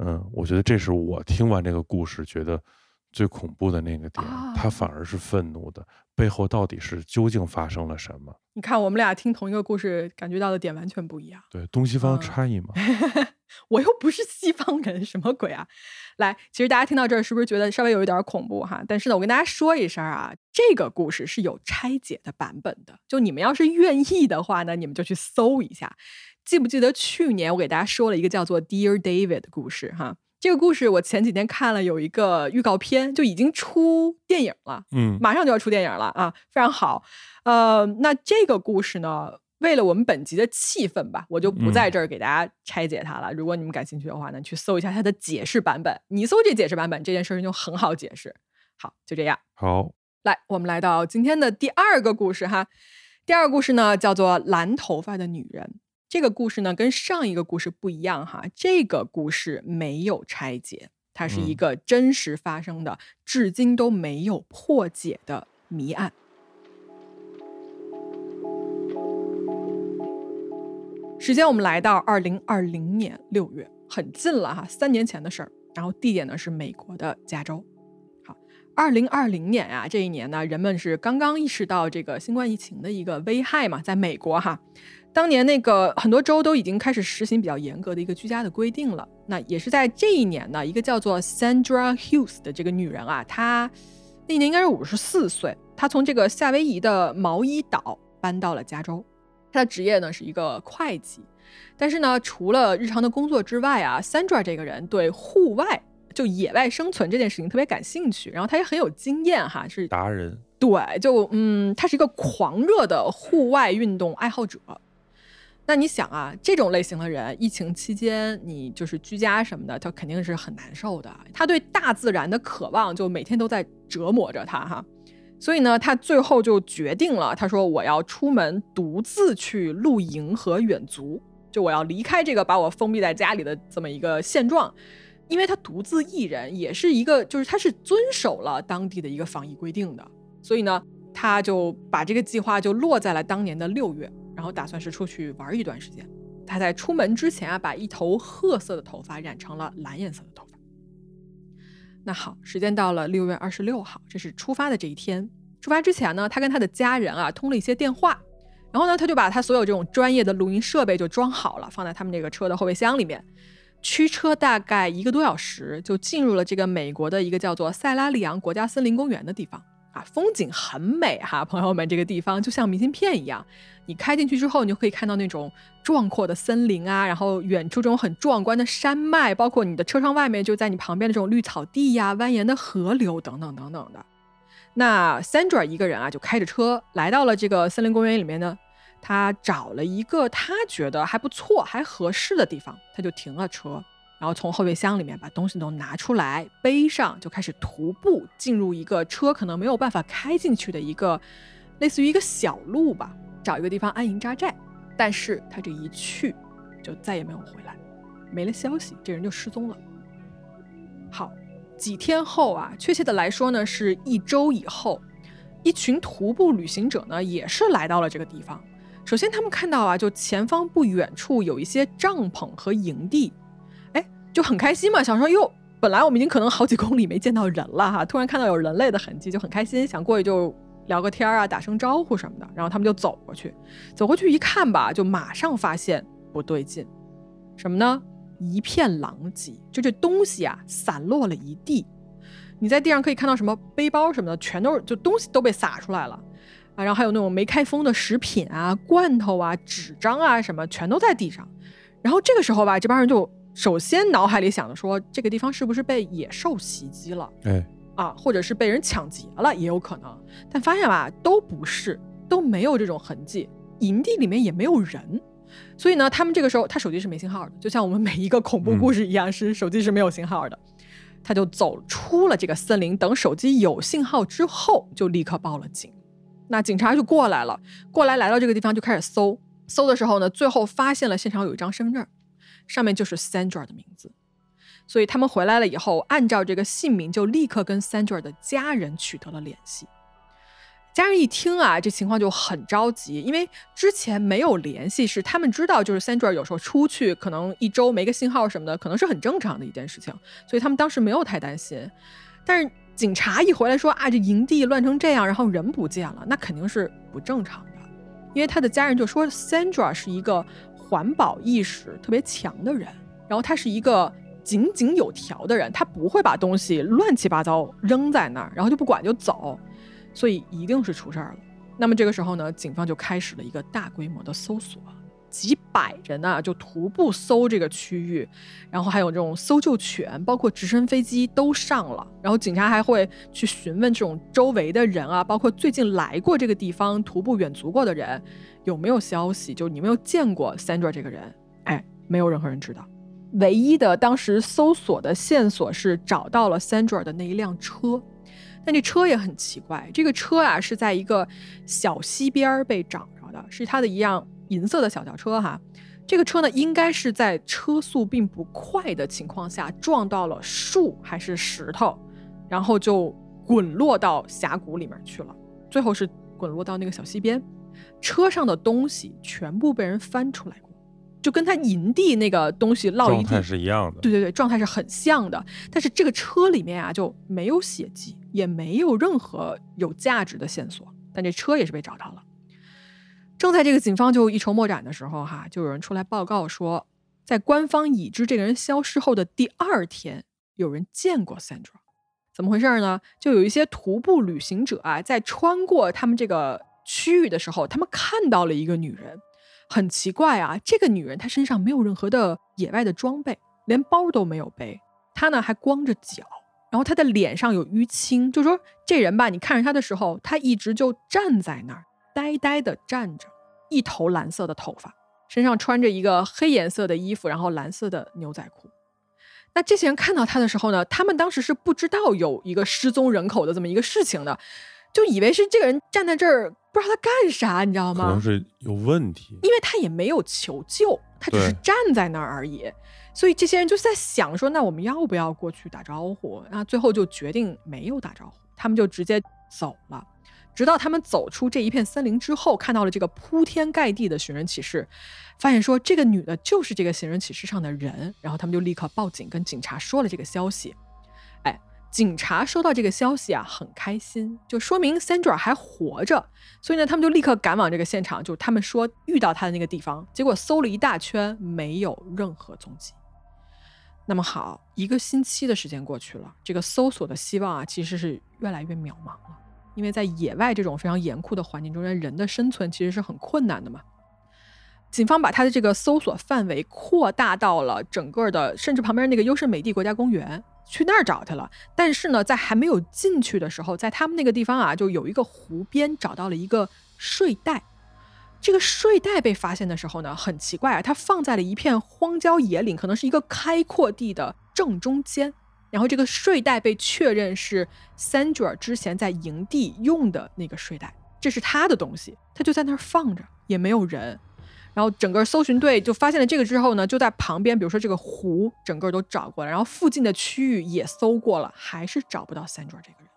嗯，我觉得这是我听完这个故事觉得最恐怖的那个点，
啊
他反而是愤怒的，背后到底是究竟发生了什么？
你看，我们俩听同一个故事，感觉到的点完全不一样。
对，东西方
嗯
差异嘛。
我又不是西方人，什么鬼啊？来，其实大家听到这儿是不是觉得稍微有一点恐怖哈？但是呢，我跟大家说一声啊，这个故事是有拆解的版本的，就你们要是愿意的话呢，你们就去搜一下。记不记得去年我给大家说了一个叫做《Dear David》的故事哈？这个故事我前几天看了有一个预告片，就已经出电影了。
嗯
马上就要出电影了啊，非常好。呃，那这个故事呢，为了我们本集的气氛吧，我就不在这儿给大家拆解它了。如果你们感兴趣的话呢，去搜一下它的解释版本。你一搜这解释版本，这件事情就很好解释。好，就这样。
好，
来，我们来到今天的第二个故事哈。第二个故事呢，叫做《蓝头发的女人》。这个故事呢，跟上一个故事不一样哈。这个故事没有拆解，它是一
嗯
个真实发生的、至今都没有破解的谜案。时间我们来到二零二零年六月，很近了哈，三年前的事儿。然后地点呢是美国的加州。好，二零二零年啊，这一年呢，人们是刚刚意识到这个新冠疫情的一个危害嘛，在美国哈，当年那个很多州都已经开始实行比较严格的一个居家的规定了。那也是在这一年呢，一个叫做 Sandra Hughes 的这个女人啊，她那一年应该是五十四岁，她从这个夏威夷的毛伊岛搬到了加州。她的职业呢是一个会计，但是呢，除了日常的工作之外啊，Sandra 这个人对户外就野外生存这件事情特别感兴趣，然后她也很有经验哈，是
达人，
对，就嗯，他是一个狂热的户外运动爱好者。那你想啊，这种类型的人，疫情期间你就是居家什么的，他肯定是很难受的。他对大自然的渴望就每天都在折磨着他哈。所以呢，他最后就决定了，他说我要出门独自去露营和远足，就我要离开这个把我封闭在家里的这么一个现状。因为他独自一人，也是一个，就是他是遵守了当地的一个防疫规定的，所以呢，他就把这个计划就落在了当年的六月，然后打算是出去玩一段时间。他在出门之前啊，把一头褐色的头发染成了蓝颜色的头发。那好，时间到了六月二十六号，这是出发的这一天。出发之前呢，他跟他的家人啊通了一些电话，然后呢，他就把他所有这种专业的录音设备就装好了，放在他们这个车的后备箱里面。驱车大概一个多小时，就进入了这个美国的一个叫做塞拉利昂国家森林公园的地方。啊，风景很美哈，朋友们，这个地方就像明信片一样，你开进去之后，你就可以看到那种壮阔的森林啊，然后远处这种很壮观的山脉，包括你的车窗外面就在你旁边的这种绿草地呀、蜿蜒的河流等等等等的。那 Sandra 一个人啊，就开着车来到了这个森林公园里面呢，他找了一个他觉得还不错、还合适的地方，他就停了车，然后从后备箱里面把东西都拿出来，背上就开始徒步进入一个车可能没有办法开进去的一个类似于一个小路吧，找一个地方安营扎寨。但是他这一去就再也没有回来，没了消息，这人就失踪了。好，几天后啊，确切的来说呢，是一周以后，一群徒步旅行者呢，也是来到了这个地方。首先，他们看到啊，就前方不远处有一些帐篷和营地，哎，就很开心嘛，想说哟，本来我们已经可能好几公里没见到人了哈， 突然看到有人类的痕迹，就很开心，想过去就聊个天啊，打声招呼什么的。然后他们就走过去，走过去一看吧，就马上发现不对劲，什么呢？一片狼藉，就这东西啊散落了一地。你在地上可以看到什么背包什么的，全都是就东西都被撒出来了啊，然后还有那种没开封的食品啊、罐头啊、纸张啊什么，全都在地上。然后这个时候吧，这帮人就首先脑海里想着说，这个地方是不是被野兽袭击了
哎，
啊，或者是被人抢劫了，也有可能。但发现吧，都不是，都没有这种痕迹，营地里面也没有人。所以呢，他们这个时候他手机是没信号的，就像我们每一个恐怖故事一样，是手机是没有信号的。他就走出了这个森林，等手机有信号之后，就立刻报了警。那警察就过来了，过来来到这个地方就开始搜。搜的时候呢，最后发现了现场有一张身份证，上面就是 Sandra 的名字。所以他们回来了以后，按照这个姓名就立刻跟 Sandra 的家人取得了联系。家人一听啊，这情况就很着急，因为之前没有联系，是他们知道，就是 Sandra 有时候出去，可能一周没个信号什么的，可能是很正常的一件事情，所以他们当时没有太担心。但是警察一回来说啊，这营地乱成这样，然后人不见了，那肯定是不正常的，因为他的家人就说 Sandra 是一个环保意识特别强的人，然后他是一个。井井有条的人，他不会把东西乱七八糟扔在那儿，然后就不管就走。所以一定是出事儿了。那么这个时候呢，警方就开始了一个大规模的搜索，几百人啊就徒步搜这个区域，然后还有这种搜救犬，包括直升飞机都上了。然后警察还会去询问这种周围的人啊，包括最近来过这个地方徒步远足过的人，有没有消息，就是你有没有见过 Sandra 这个人？哎，没有任何人知道。唯一的当时搜索的线索是找到了 Sandra 的那一辆车，但这车也很奇怪，这个车啊是在一个小溪边儿被找着的，是他的一辆银色的小轿车哈。这个车呢，应该是在车速并不快的情况下撞到了树还是石头，然后就滚落到峡谷里面去了，最后是滚落到那个小溪边。车上的东西全部被人翻出来过，就跟他营地那个东西落一
状
地
态是一样的。
对对对，状态是很像的。但是这个车里面啊就没有血迹，也没有任何有价值的线索，但这车也是被找到了。正在这个警方就一筹莫展的时候、哈，就有人出来报告说，在官方已知这个人消失后的第二天，有人见过 Sandra。怎么回事呢？就有一些徒步旅行者啊，在穿过他们这个区域的时候，他们看到了一个女人。很奇怪啊，这个女人她身上没有任何的野外的装备，连包都没有背。她呢还光着脚，然后她的脸上有淤青，就说这人吧，你看着她的时候，她一直就站在那儿，呆呆的站着，一头蓝色的头发，身上穿着一个黑颜色的衣服，然后蓝色的牛仔裤。那这些人看到她的时候呢，他们当时是不知道有一个失踪人口的这么一个事情的，就以为是这个人站在这儿不知道他干啥，你知道
可
吗？
能是有问题，
因为他也没有求救，他只是
对
站在那儿而已。所以这些人就在想说，那我们要不要过去打招呼？啊，最后就决定没有打招呼，他们就直接走了。直到他们走出这一片森林之后，看到了这个铺天盖地的寻人启事，发现说这个女的就是这个寻人启事上的人，然后他们就立刻报警，跟警察说了这个消息。哎，警察收到这个消息啊，很开心，就说明 Sandra 还活着，所以呢，他们就立刻赶往这个现场，就是他们说遇到他的那个地方，结果搜了一大圈，没有任何踪迹。那么好，一个星期的时间过去了，这个搜索的希望啊，其实是越来越渺茫了，因为在野外这种非常严酷的环境中间，人的生存其实是很困难的嘛。警方把他的这个搜索范围扩大到了整个的，甚至旁边那个优胜美地国家公园，去那儿找去了。但是呢，在还没有进去的时候，在他们那个地方啊，就有一个湖边找到了一个睡袋。这个睡袋被发现的时候呢，很奇怪啊，它放在了一片荒郊野岭，可能是一个开阔地的正中间。然后这个睡袋被确认是 Sandra 之前在营地用的那个睡袋，这是他的东西，他就在那儿放着，也没有人。然后整个搜寻队就发现了这个之后呢，就在旁边，比如说这个湖，整个都找过了，然后附近的区域也搜过了，还是找不到 Sandra 这个人。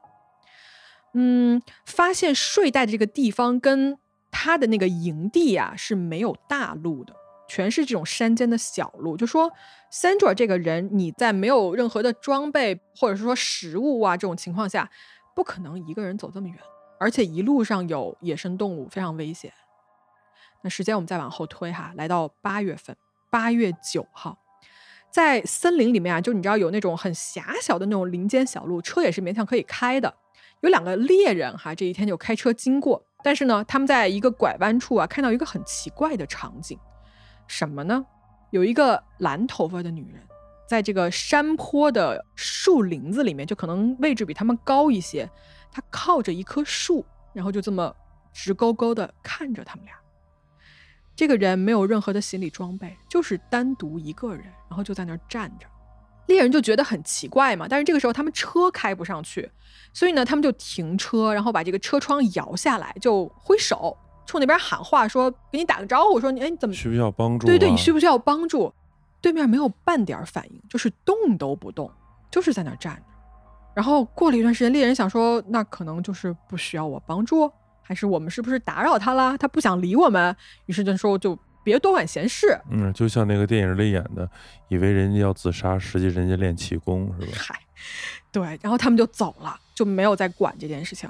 嗯，发现睡袋这个地方跟他的那个营地呀、是没有大路的，全是这种山间的小路。就说 Sandra 这个人，你在没有任何的装备或者是说食物啊这种情况下，不可能一个人走这么远，而且一路上有野生动物，非常危险。那时间我们再往后推哈，来到八月份，八月九号，在森林里面啊，就你知道有那种很狭小的那种林间小路，车也是勉强可以开的。有两个猎人哈，这一天就开车经过，但是呢，他们在一个拐弯处啊，看到一个很奇怪的场景，什么呢？有一个蓝头发的女人，在这个山坡的树林子里面，就可能位置比他们高一些，她靠着一棵树，然后就这么直勾勾的看着他们俩。这个人没有任何的心理装备，就是单独一个人，然后就在那儿站着。猎人就觉得很奇怪嘛，但是这个时候他们车开不上去，所以呢，他们就停车，然后把这个车窗摇下来，就挥手冲那边喊话说：“给你打个招呼，说你哎你怎么
需不需要帮助、啊？
对对，你需不需要帮助？对面没有半点反应，就是动都不动，就是在那儿站着。然后过了一段时间，猎人想说，那可能就是不需要我帮助，还是我们是不是打扰他啦？他不想理我们，于是就说就别多管闲事。
嗯，就像那个电影里演的，以为人家要自杀，实际人家练气功，是吧？
嗨，对，然后他们就走了，就没有再管这件事情。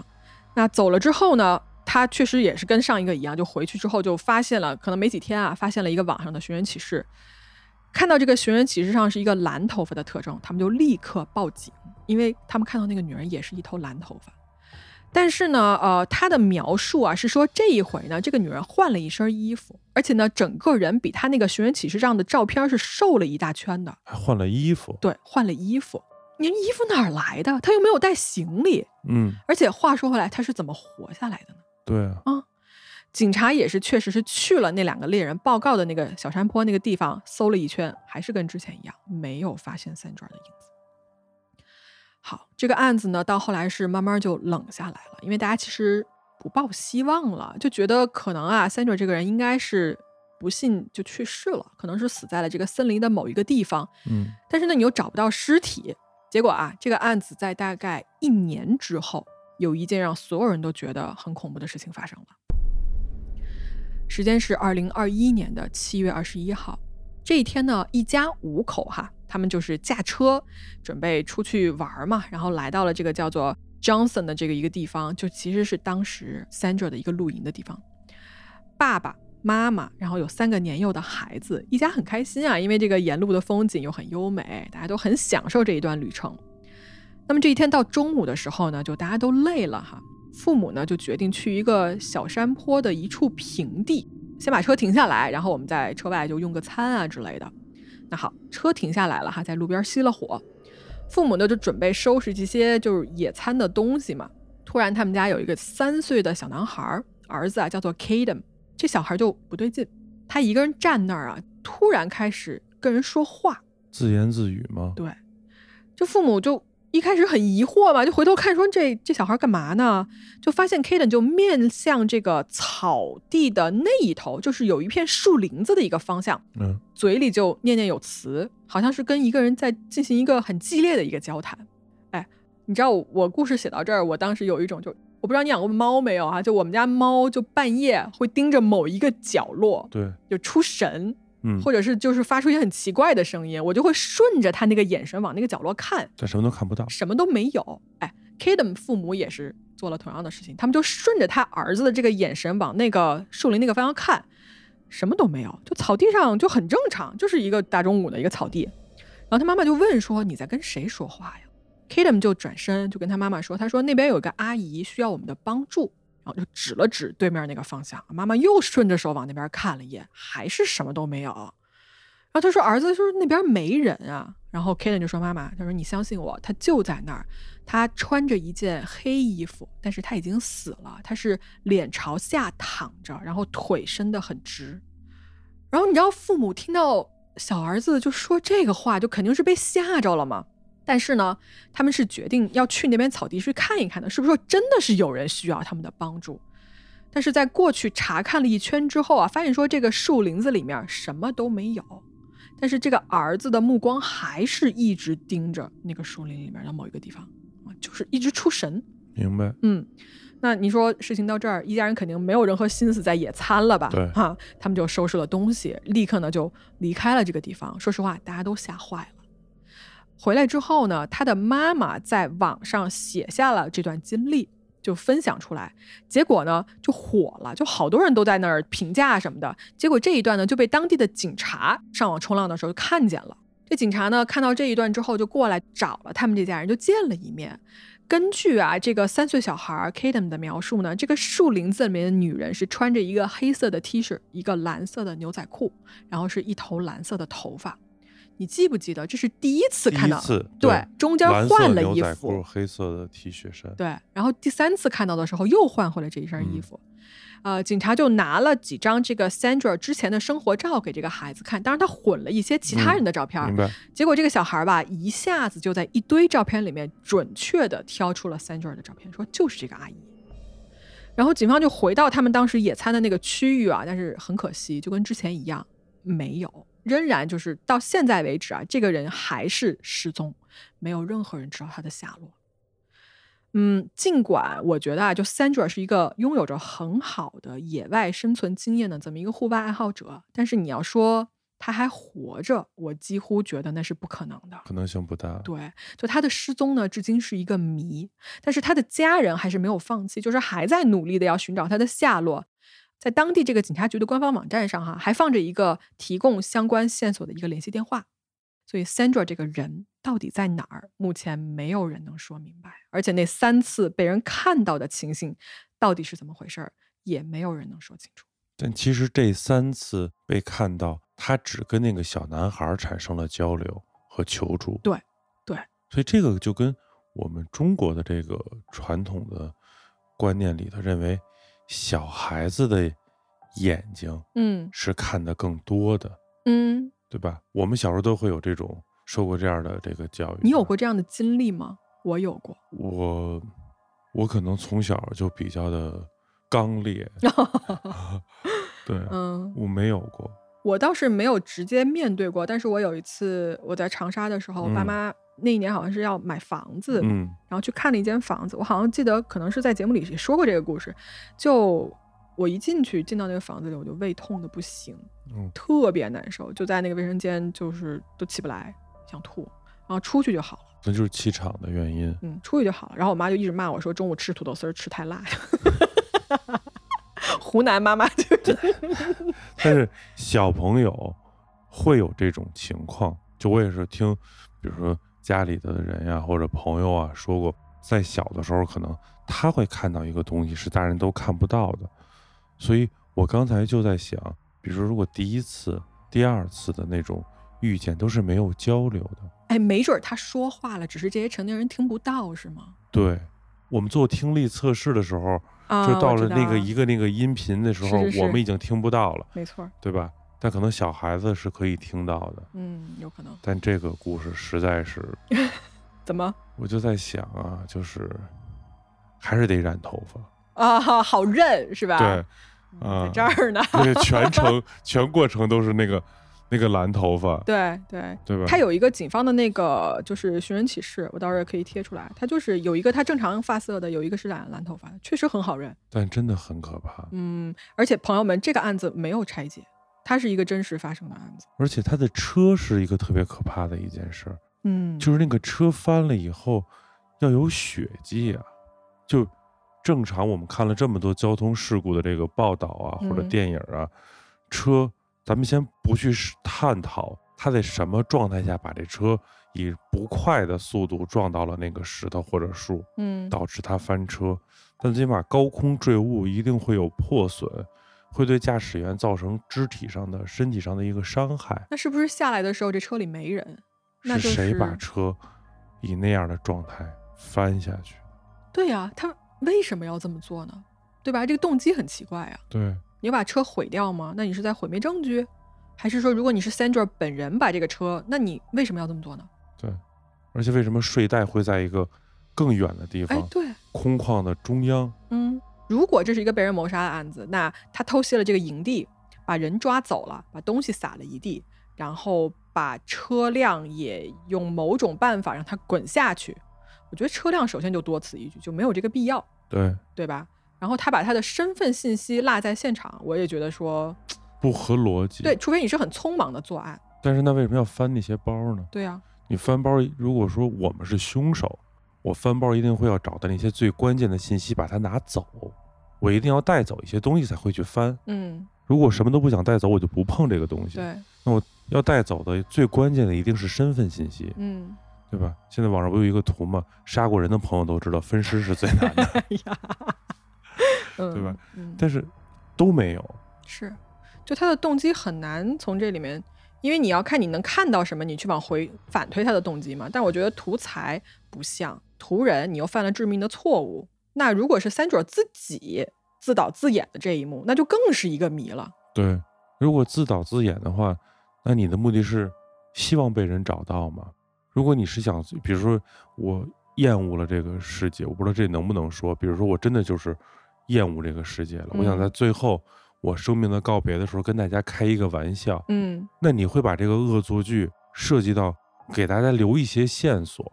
那走了之后呢，他确实也是跟上一个一样，就回去之后就发现了，可能没几天啊，发现了一个网上的寻人启事，看到这个寻人启事上是一个蓝头发的特征，他们就立刻报警，因为他们看到那个女人也是一头蓝头发。但是呢，呃，他的描述啊是说这一回呢，这个女人换了一身衣服，而且呢，整个人比她那个寻人启事上的照片是瘦了一大圈的。
还换了衣服。
对，换了衣服。您衣服哪儿来的？她又没有带行李。
嗯，
而且话说回来，她是怎么活下来的呢？
对啊，
警察也是确实是去了那两个猎人报告的那个小山坡那个地方搜了一圈，还是跟之前一样，没有发现三爪的影子。好，这个案子呢，到后来是慢慢就冷下来了，因为大家其实不抱希望了，就觉得可能啊，三爪这个人应该是不幸就去世了，可能是死在了这个森林的某一个地方。
嗯，
但是呢，你又找不到尸体。结果啊，这个案子在大概一年之后，有一件让所有人都觉得很恐怖的事情发生了。时间是二零二一年的七月二十一号，这一天呢，一家五口哈，他们就是驾车准备出去玩儿嘛，然后来到了这个叫做 Johnson 的这个一个地方，就其实是当时 Sandra 的一个露营的地方。爸爸妈妈，然后有三个年幼的孩子，一家很开心啊，因为这个沿路的风景又很优美，大家都很享受这一段旅程。那么这一天到中午的时候呢，就大家都累了哈，父母呢就决定去一个小山坡的一处平地，先把车停下来，然后我们在车外就用个餐啊之类的。那好，车停下来了哈，在路边熄了火，父母呢就准备收拾这些就是野餐的东西嘛。突然，他们家有一个三岁的小男孩儿，儿子啊叫做 Kaden，这小孩就不对劲，他一个人站那儿啊，突然开始跟人说话，
自言自语吗？
对，就父母就一开始很疑惑嘛，就回头看说这这小孩干嘛呢？就发现 Kaden 就面向这个草地的那一头，就是有一片树林子的一个方向，
嗯，
嘴里就念念有词，好像是跟一个人在进行一个很激烈的一个交谈。哎，你知道我我故事写到这儿，我当时有一种就我不知道你养过猫没有啊？就我们家猫就半夜会盯着某一个角落
对，
就出神，
嗯，
或者是就是发出一些很奇怪的声音，我就会顺着它那个眼神往那个角落看，
但什么都看不到。
什么都没有。哎 k a d e m 父母也是做了同样的事情，他们就顺着他儿子的这个眼神往那个树林那个方向看，什么都没有，就草地上就很正常，就是一个大中午的一个草地。然后他妈妈就问说：“你在跟谁说话呀 k a d e m 就转身就跟他妈妈说：“他说那边有一个阿姨需要我们的帮助。”然后就指了指对面那个方向，妈妈又顺着手往那边看了一眼，还是什么都没有。然后他说：“儿子，就是那边没人啊。”然后 Kaden 就说：“妈妈，他说你相信我，他就在那儿。他穿着一件黑衣服，但是他已经死了，他是脸朝下躺着，然后腿伸得很直。然后你知道，父母听到小儿子就说这个话，就肯定是被吓着了嘛。但是呢，他们是决定要去那边草地去看一看的，是不是说真的是有人需要他们的帮助？但是在过去查看了一圈之后啊，发现说这个树林子里面什么都没有。”但是这个儿子的目光还是一直盯着那个树林里面的某一个地方啊，就是一直出神。
明白，
嗯，那你说事情到这儿，一家人肯定没有任何心思在野餐了吧？
对
哈、他们就收拾了东西，立刻呢就离开了这个地方。说实话，大家都吓坏了。回来之后呢，他的妈妈在网上写下了这段经历，就分享出来。结果呢就火了，就好多人都在那儿评价什么的。结果这一段呢就被当地的警察上网冲浪的时候就看见了。这警察呢看到这一段之后就过来找了他们这家人，就见了一面。根据啊这个三岁小孩儿 Kadem 的描述呢，这个树林子里面的女人是穿着一个黑色的 T 恤，一个蓝色的牛仔裤，然后是一头蓝色的头发。你记不记得这是第一次看到？
第一次
对，中间
蓝
换
色
了
牛
衣
仔
服
裤，，黑色的 T 恤衫，
对，然后第三次看到的时候又换回了这一身
嗯
衣服。呃，警察就拿了几张这个 Sandra 之前的生活照给这个孩子看，当然他混了一些其他人的照片儿，
嗯明白？
结果这个小孩儿吧，一下子就在一堆照片里面准确的挑出了 Sandra 的照片，说就是这个阿姨。然后警方就回到他们当时野餐的那个区域啊，但是很可惜，就跟之前一样，没有，仍然就是到现在为止啊，这个人还是失踪，没有任何人知道他的下落。嗯，尽管我觉得啊，就 Sandra 是一个拥有着很好的野外生存经验的这么一个户外爱好者，但是你要说他还活着，我几乎觉得那是不可能的。
可能性不大。
对，就他的失踪呢，至今是一个谜。但是他的家人还是没有放弃，就是还在努力的要寻找他的下落。在当地这个警察局的官方网站上，哈，还放着一个提供相关线索的一个联系电话。所以 Sandra 这个人到底在哪儿，目前没有人能说明白。而且那三次被人看到的情形，到底是怎么回事儿，也没有人能说清楚。
但其实这三次被看到，他只跟那个小男孩产生了交流和求助。
对对，
所以这个就跟我们中国的这个传统的观念里头认为，小孩子的眼睛
嗯
是看得更多的，
嗯，
对吧？我们小时候都会有这种受过这样的这个教育。啊
你有过？这样的经历吗？我有过。
我我可能从小就比较的 刚烈， 对，啊
嗯，
我没有过。
我倒是没有直接面对过，但是我有一次我在长沙的时候，我爸
嗯
妈那一年好像是要买房子，
嗯，
然后去看了一间房子，我好像记得可能是在节目里也说过这个故事，就我一进去进到那个房子里，我就胃痛的不行，
嗯
特别难受，就在那个卫生间就是都起不来，想吐，然后出去就好了。
可能就是气场的原因。
嗯，出去就好了。然后我妈就一直骂我说中午吃土豆丝儿吃太辣了 湖南妈妈就是，
但是小朋友会有这种情况，就我也是听，比如说家里的人呀、或者朋友啊说过，在小的时候可能他会看到一个东西是大人都看不到的，所以我刚才就在想，比如说如果第一次、第二次的那种遇见都是没有交流的，
哎，没准儿她说话了，只是这些成年人听不到，是吗？
对。我们做听力测试的时候，
啊，
就
我
到
知
了那
道
个一个那个音频的时
是
候，
是
我
是
们已经听不到了，
没错儿，
对吧？但可能小孩子是可以听到的。
嗯，有可能。
但这个故事实在是，
怎么
我就在想啊，就是还是得染头发，
啊？ 好认是吧？
对，
嗯
啊
在这儿呢。
因为全程全过程都是那个那个蓝头发，
对对，
对吧？
他有一个警方的那个就是寻人启事，我到时候也可以贴出来。他就是有一个他正常发色的，有一个是染蓝头发的，确实很好认。
但真的很可怕，
嗯，而且朋友们，这个案子没有拆解，它是一个真实发生的案子。
而且他的车是一个特别可怕的一件事儿，
嗯，
就是那个车翻了以后要有血迹啊，就正常我们看了这么多交通事故的这个报道啊，或者
嗯
电影啊，车咱们先不去是探讨他在什么状态下把这车以不快的速度撞到了那个石头或者树，
嗯，
导致他翻车，但最起码高空坠物一定会有破损，会对驾驶员造成肢体上的、身体上的一个伤害。
那是不是下来的时候这车里没人？那就是
谁把
是
车以那样的状态翻下去？
对呀、他为什么要这么做呢？对吧？这个动机很奇怪啊。
对，
你把车毁掉吗？那你是在毁灭证据，还是说如果你是 Sandra 本人把这个车，那你为什么要这么做呢？
而且为什么睡袋会在一个更远的地
哎
方、，
对，
空旷的中央？
嗯，如果这是一个被人谋杀的案子，那他偷袭了这个营地，把人抓走了，把东西撒了一地，然后把车辆也用某种办法让它滚下去，我觉得车辆首先就多此一举，就没有这个必要，
对，
对吧？然后他把他的身份信息落在现场，我也觉得说，
不合逻辑。
对，，除非你是很匆忙的作案，
但是那为什么要翻那些包呢？
对啊呀、
你翻包，如果说我们是凶手，我翻包一定会要找到那些最关键的信息，把它拿走。我一定要带走一些东西才会去翻。
嗯，
如果什么都不想带走，我就不碰这个东西。
对，
要带走的最关键的一定是身份信息，
嗯，
对吧？现在网上不有一个图吗？杀过人的朋友都知道，分尸是最难的，
哎呀，嗯
对吧？
嗯，
但是都没有。
是，就他的动机很难从这里面，因为你要看你能看到什么，你去往回反推他的动机嘛。但我觉得图财不像图人，你又犯了致命的错误。那如果是三准自己自导自演的这一幕，那就更是一个谜了。
对，如果自导自演的话，那你的目的是希望被人找到吗？如果你是想，比如说我厌恶了这个世界，我不知道这能不能说，比如说我真的就是厌恶这个世界了，我想在
嗯
最后我生命的告别的时候跟大家开一个玩笑，
嗯
那你会把这个恶作剧设计到给大家留一些线索，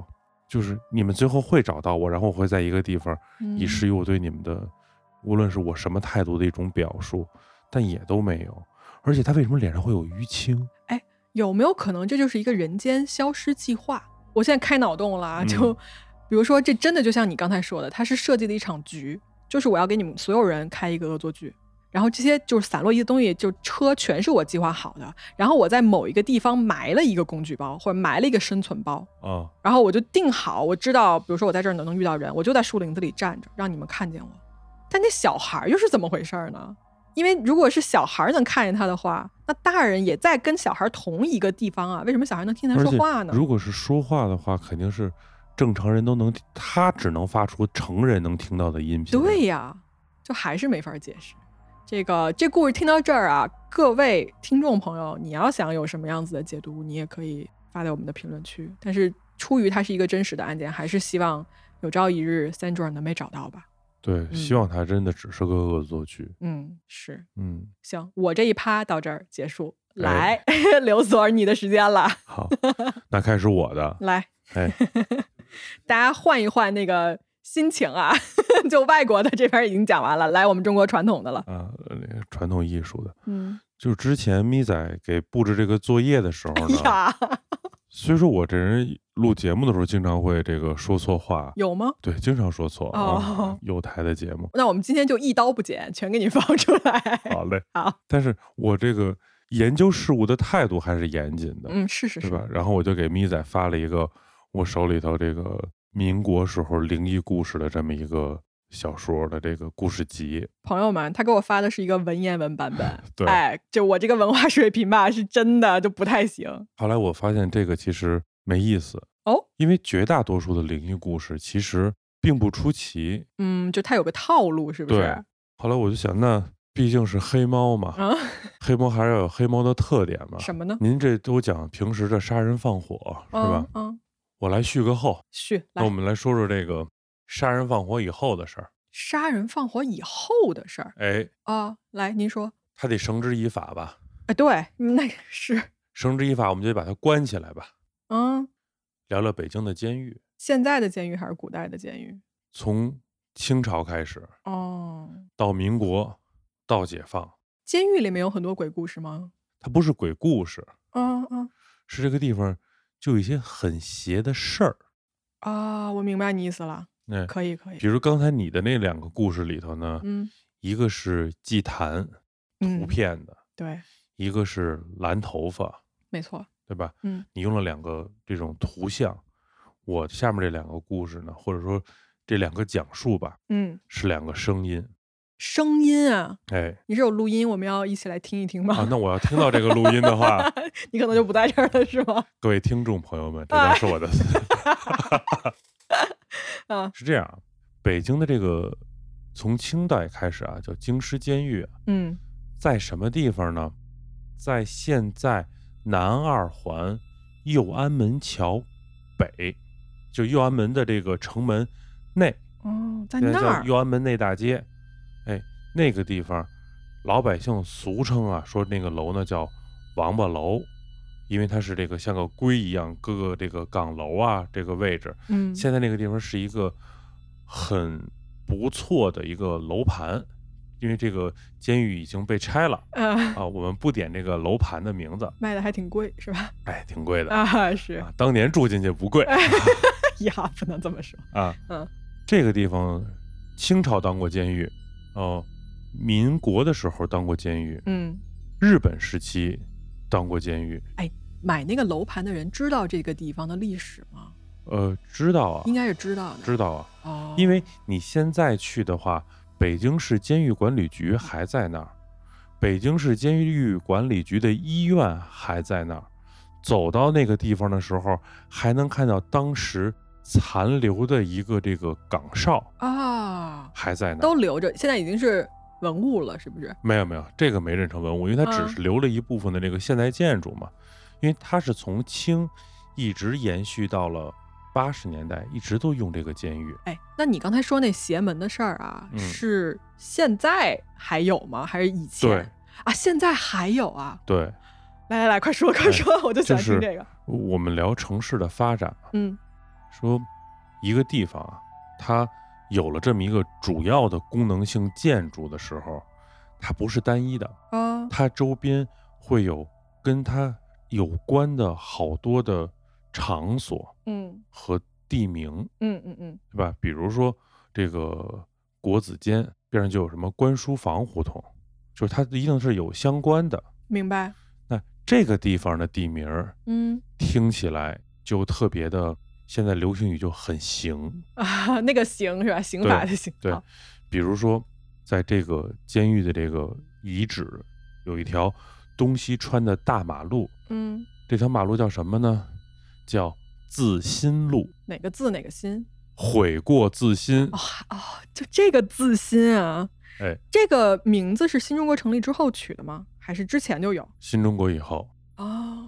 就是你们最后会找到我，然后我会在一个地方
嗯
以至于我对你们的，无论是我什么态度的一种表述，但也都没有。而且他为什么脸上会有淤青？
有没有可能这就是一个人间消失计划？我现在开脑洞了啊，
嗯
就比如说，这真的就像你刚才说的，它是设计的一场局，就是我要给你们所有人开一个恶作剧，然后这些就是散落一地的东西，就车全是我计划好的，然后我在某一个地方埋了一个工具包或者埋了一个生存包，
啊，
然后我就定好，我知道，比如说我在这儿能能遇到人，我就在树林子里站着，让你们看见我。但那小孩儿又是怎么回事儿呢？因为如果是小孩儿能看见他的话，那大人也在跟小孩儿同一个地方啊，为什么小孩能听他
而
说
且
话呢？
如果是说话的话，肯定是正常人都能，他只能发出成人能听到的音频。
对，呀，就还是没法解释。这个这故事听到这儿啊，各位听众朋友，你要想有什么样子的解读，你也可以发在我们的评论区。但是出于它是一个真实的案件，还是希望有朝一日三卓能被找到吧。
对，
嗯
希望他真的只是个恶作剧。
嗯，是。
嗯，
行，我这一趴到这儿结束，来
哎，
刘所儿你的时间了，
好，那开始我的。
来，
哎，
大家换一换那个心情啊， 就外国的这边已经讲完了，来我们中国传统的了，
啊，呃那个传统艺术的，
嗯，
就是之前咪仔给布置这个作业的时候
哎
呢，
呀，
虽说我这人录节目的时候经常会这个说错话，
有吗？
对，经常说错
哦。
啊，有台的节目
那我们今天就一刀不剪，全给你放出来。
好嘞，
好，
但是我这个研究事物的态度还是严谨的，
嗯，是是是，
对吧？然后我就给咪仔发了一个我手里头这个民国时候灵异故事的这么一个小说的这个故事集，，
朋友们，他给我发的是一个文言文版本
对
哎，就我这个文化水平吧，是真的就不太行。
后来我发现这个其实没意思
哦，
因为绝大多数的灵异故事其实并不出奇。
嗯，就他有个套路，是不是？
对后来我就想，那毕竟是黑猫嘛，
啊，
黑猫还是要有黑猫的特点嘛。
什么呢？
您这都讲平时的杀人放火是吧？
嗯？嗯，
我来续个后，
续来
那我。们来说说这个杀人放火以后的事儿。
杀人放火以后的事儿
哎，
啊。来，您说，
他得绳之以法吧？
哎，对，
嗯
那是，
绳之以法，我们就得把他关起来吧。
嗯，
聊聊北京的监狱，
现在的监狱还是古代的监狱？
从清朝开始
哦，
到民国，到解放，
监狱里面有很多鬼故事吗？
它不是鬼故事，
嗯嗯
是这个地方就有一些很邪的事儿。
啊，我明白你意思了，
哎，
可以可以
比，如刚才你的那两个故事里头呢，
嗯
一个是祭坛图
嗯，
片的，
对，
一个是蓝头发，
没错，
对吧？
嗯
你用了两个这种图像，我下面这两个故事呢，或者说这两个讲述吧，
嗯，
是两个声音。
声音啊，
哎，
你是有录音，我们要一起来听一听吗？，
啊，那我要啊听到这个录音的话
你可能就不在这儿了，是 吗？
各位听众朋友们，这都是我的
啊。
是这样啊，北京的这个从清代开始啊，叫京师监狱啊，
嗯
在什么地方呢？在现在南二环右安门桥北，就右安门的这个城门内，
哦，在
现在
那
叫
儿
右安门内大街。哎，那个地方老百姓俗称啊，说那个楼呢叫王八楼，因为它是这个像个龟一样，各个这个岗楼啊这个位置，
嗯，
现在那个地方是一个很不错的一个楼盘，因为这个监狱已经被拆了
呃，
啊，我们不点这个楼盘的名字，
卖的还挺贵是 吧？
哎，挺贵的
啊，是
啊，当年住进去不贵
呀，不能这么说。
啊，
嗯，
这个地方清朝当过监狱，哦、民国的时候当过监狱，
嗯，
日本时期当过监狱，
买那个楼盘的人知道这个地方的历史吗？
呃，知道啊，
应该是知道的。
知道啊，
哦，
因
为
为你现在去的话，北京市监狱管理局还在那儿，北京市监狱管理局的医院还在那儿。走到那个地方的时候，还能看到当时残留的一个这个岗哨
啊，
还在那儿。
都留着，现在已经是文物了，是不是？
没有没有，这个没认成文物，因为它
啊
只是留了一部分的这个现代建筑嘛。因为它是从清一直延续到了八十年代，一直都用这个监狱。
哎，那你刚才说那邪门的事儿啊，
嗯
是现在还有吗？还是以前？
对
啊，现在还有啊！
对，
来来来，快说
哎
快说， 我就
就
想听
是
这个。
我们聊城市的发展，
嗯
说一个地方啊，它有了这么一个主要的功能性建筑的时候，它不是单一的，
啊，
它周边会有跟它有关的好多的场所
嗯
和地名，
嗯嗯嗯
对吧？比如说这个国子监边上就有什么观书房胡同，就是它一定是有相关的。
明白。
那这个地方的地名儿
嗯
听起来就特别的，现在流行语就很行，
啊，那个刑是吧？刑法的刑。
对
好
比如说，在这个监狱的这个遗址，有一条东西穿的大马路，
嗯，
这条马路叫什么呢？叫自新路，
哪个字哪个心？
悔过自新
哦。哦，就这个字心啊。
哎，
这个名字是新中国成立之后取的吗？还是之前就有？
新中国以后，
哦，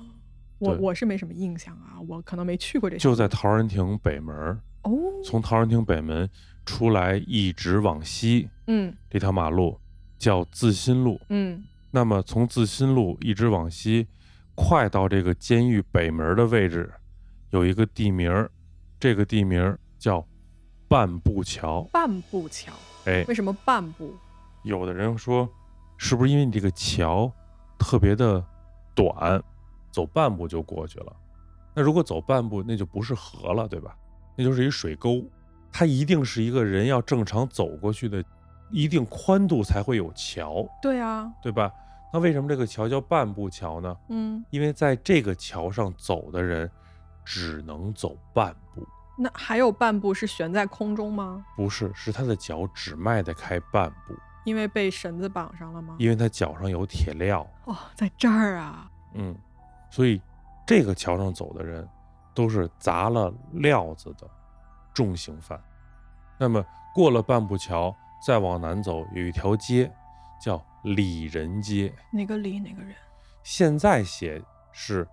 我
对
我是没什么印象啊，我可能没去过这些
就在陶然亭北门儿，
哦，
从陶然亭北门出来，一直往西，
嗯
这条马路叫自新路。
嗯
那么从自新路一直往西，快到这个监狱北门的位置，有一个地名儿，这个地名儿叫半步桥。
半步桥，
哎，
为什么半步？
有的人说，是不是因为你这个桥特别的短，走半步就过去了？那如果走半步，那就不是河了，对吧？那就是一水沟，它一定是一个人要正常走过去的一定宽度才会有桥，
对啊，
对吧？那为什么这个桥叫半步桥呢？
嗯，
因为在这个桥上走的人只能走半步，
那还有半步是悬在空中吗？
不是，是他的脚只迈得开半步，
因为被绳子绑上了吗？
因为他脚上有铁镣。
哦，在这儿啊，
嗯，所以这个桥上走的人都是砸了镣子的重刑犯。那么过了半步桥，再往南走有一条街叫里仁街，
哪个里哪个人？
现在写是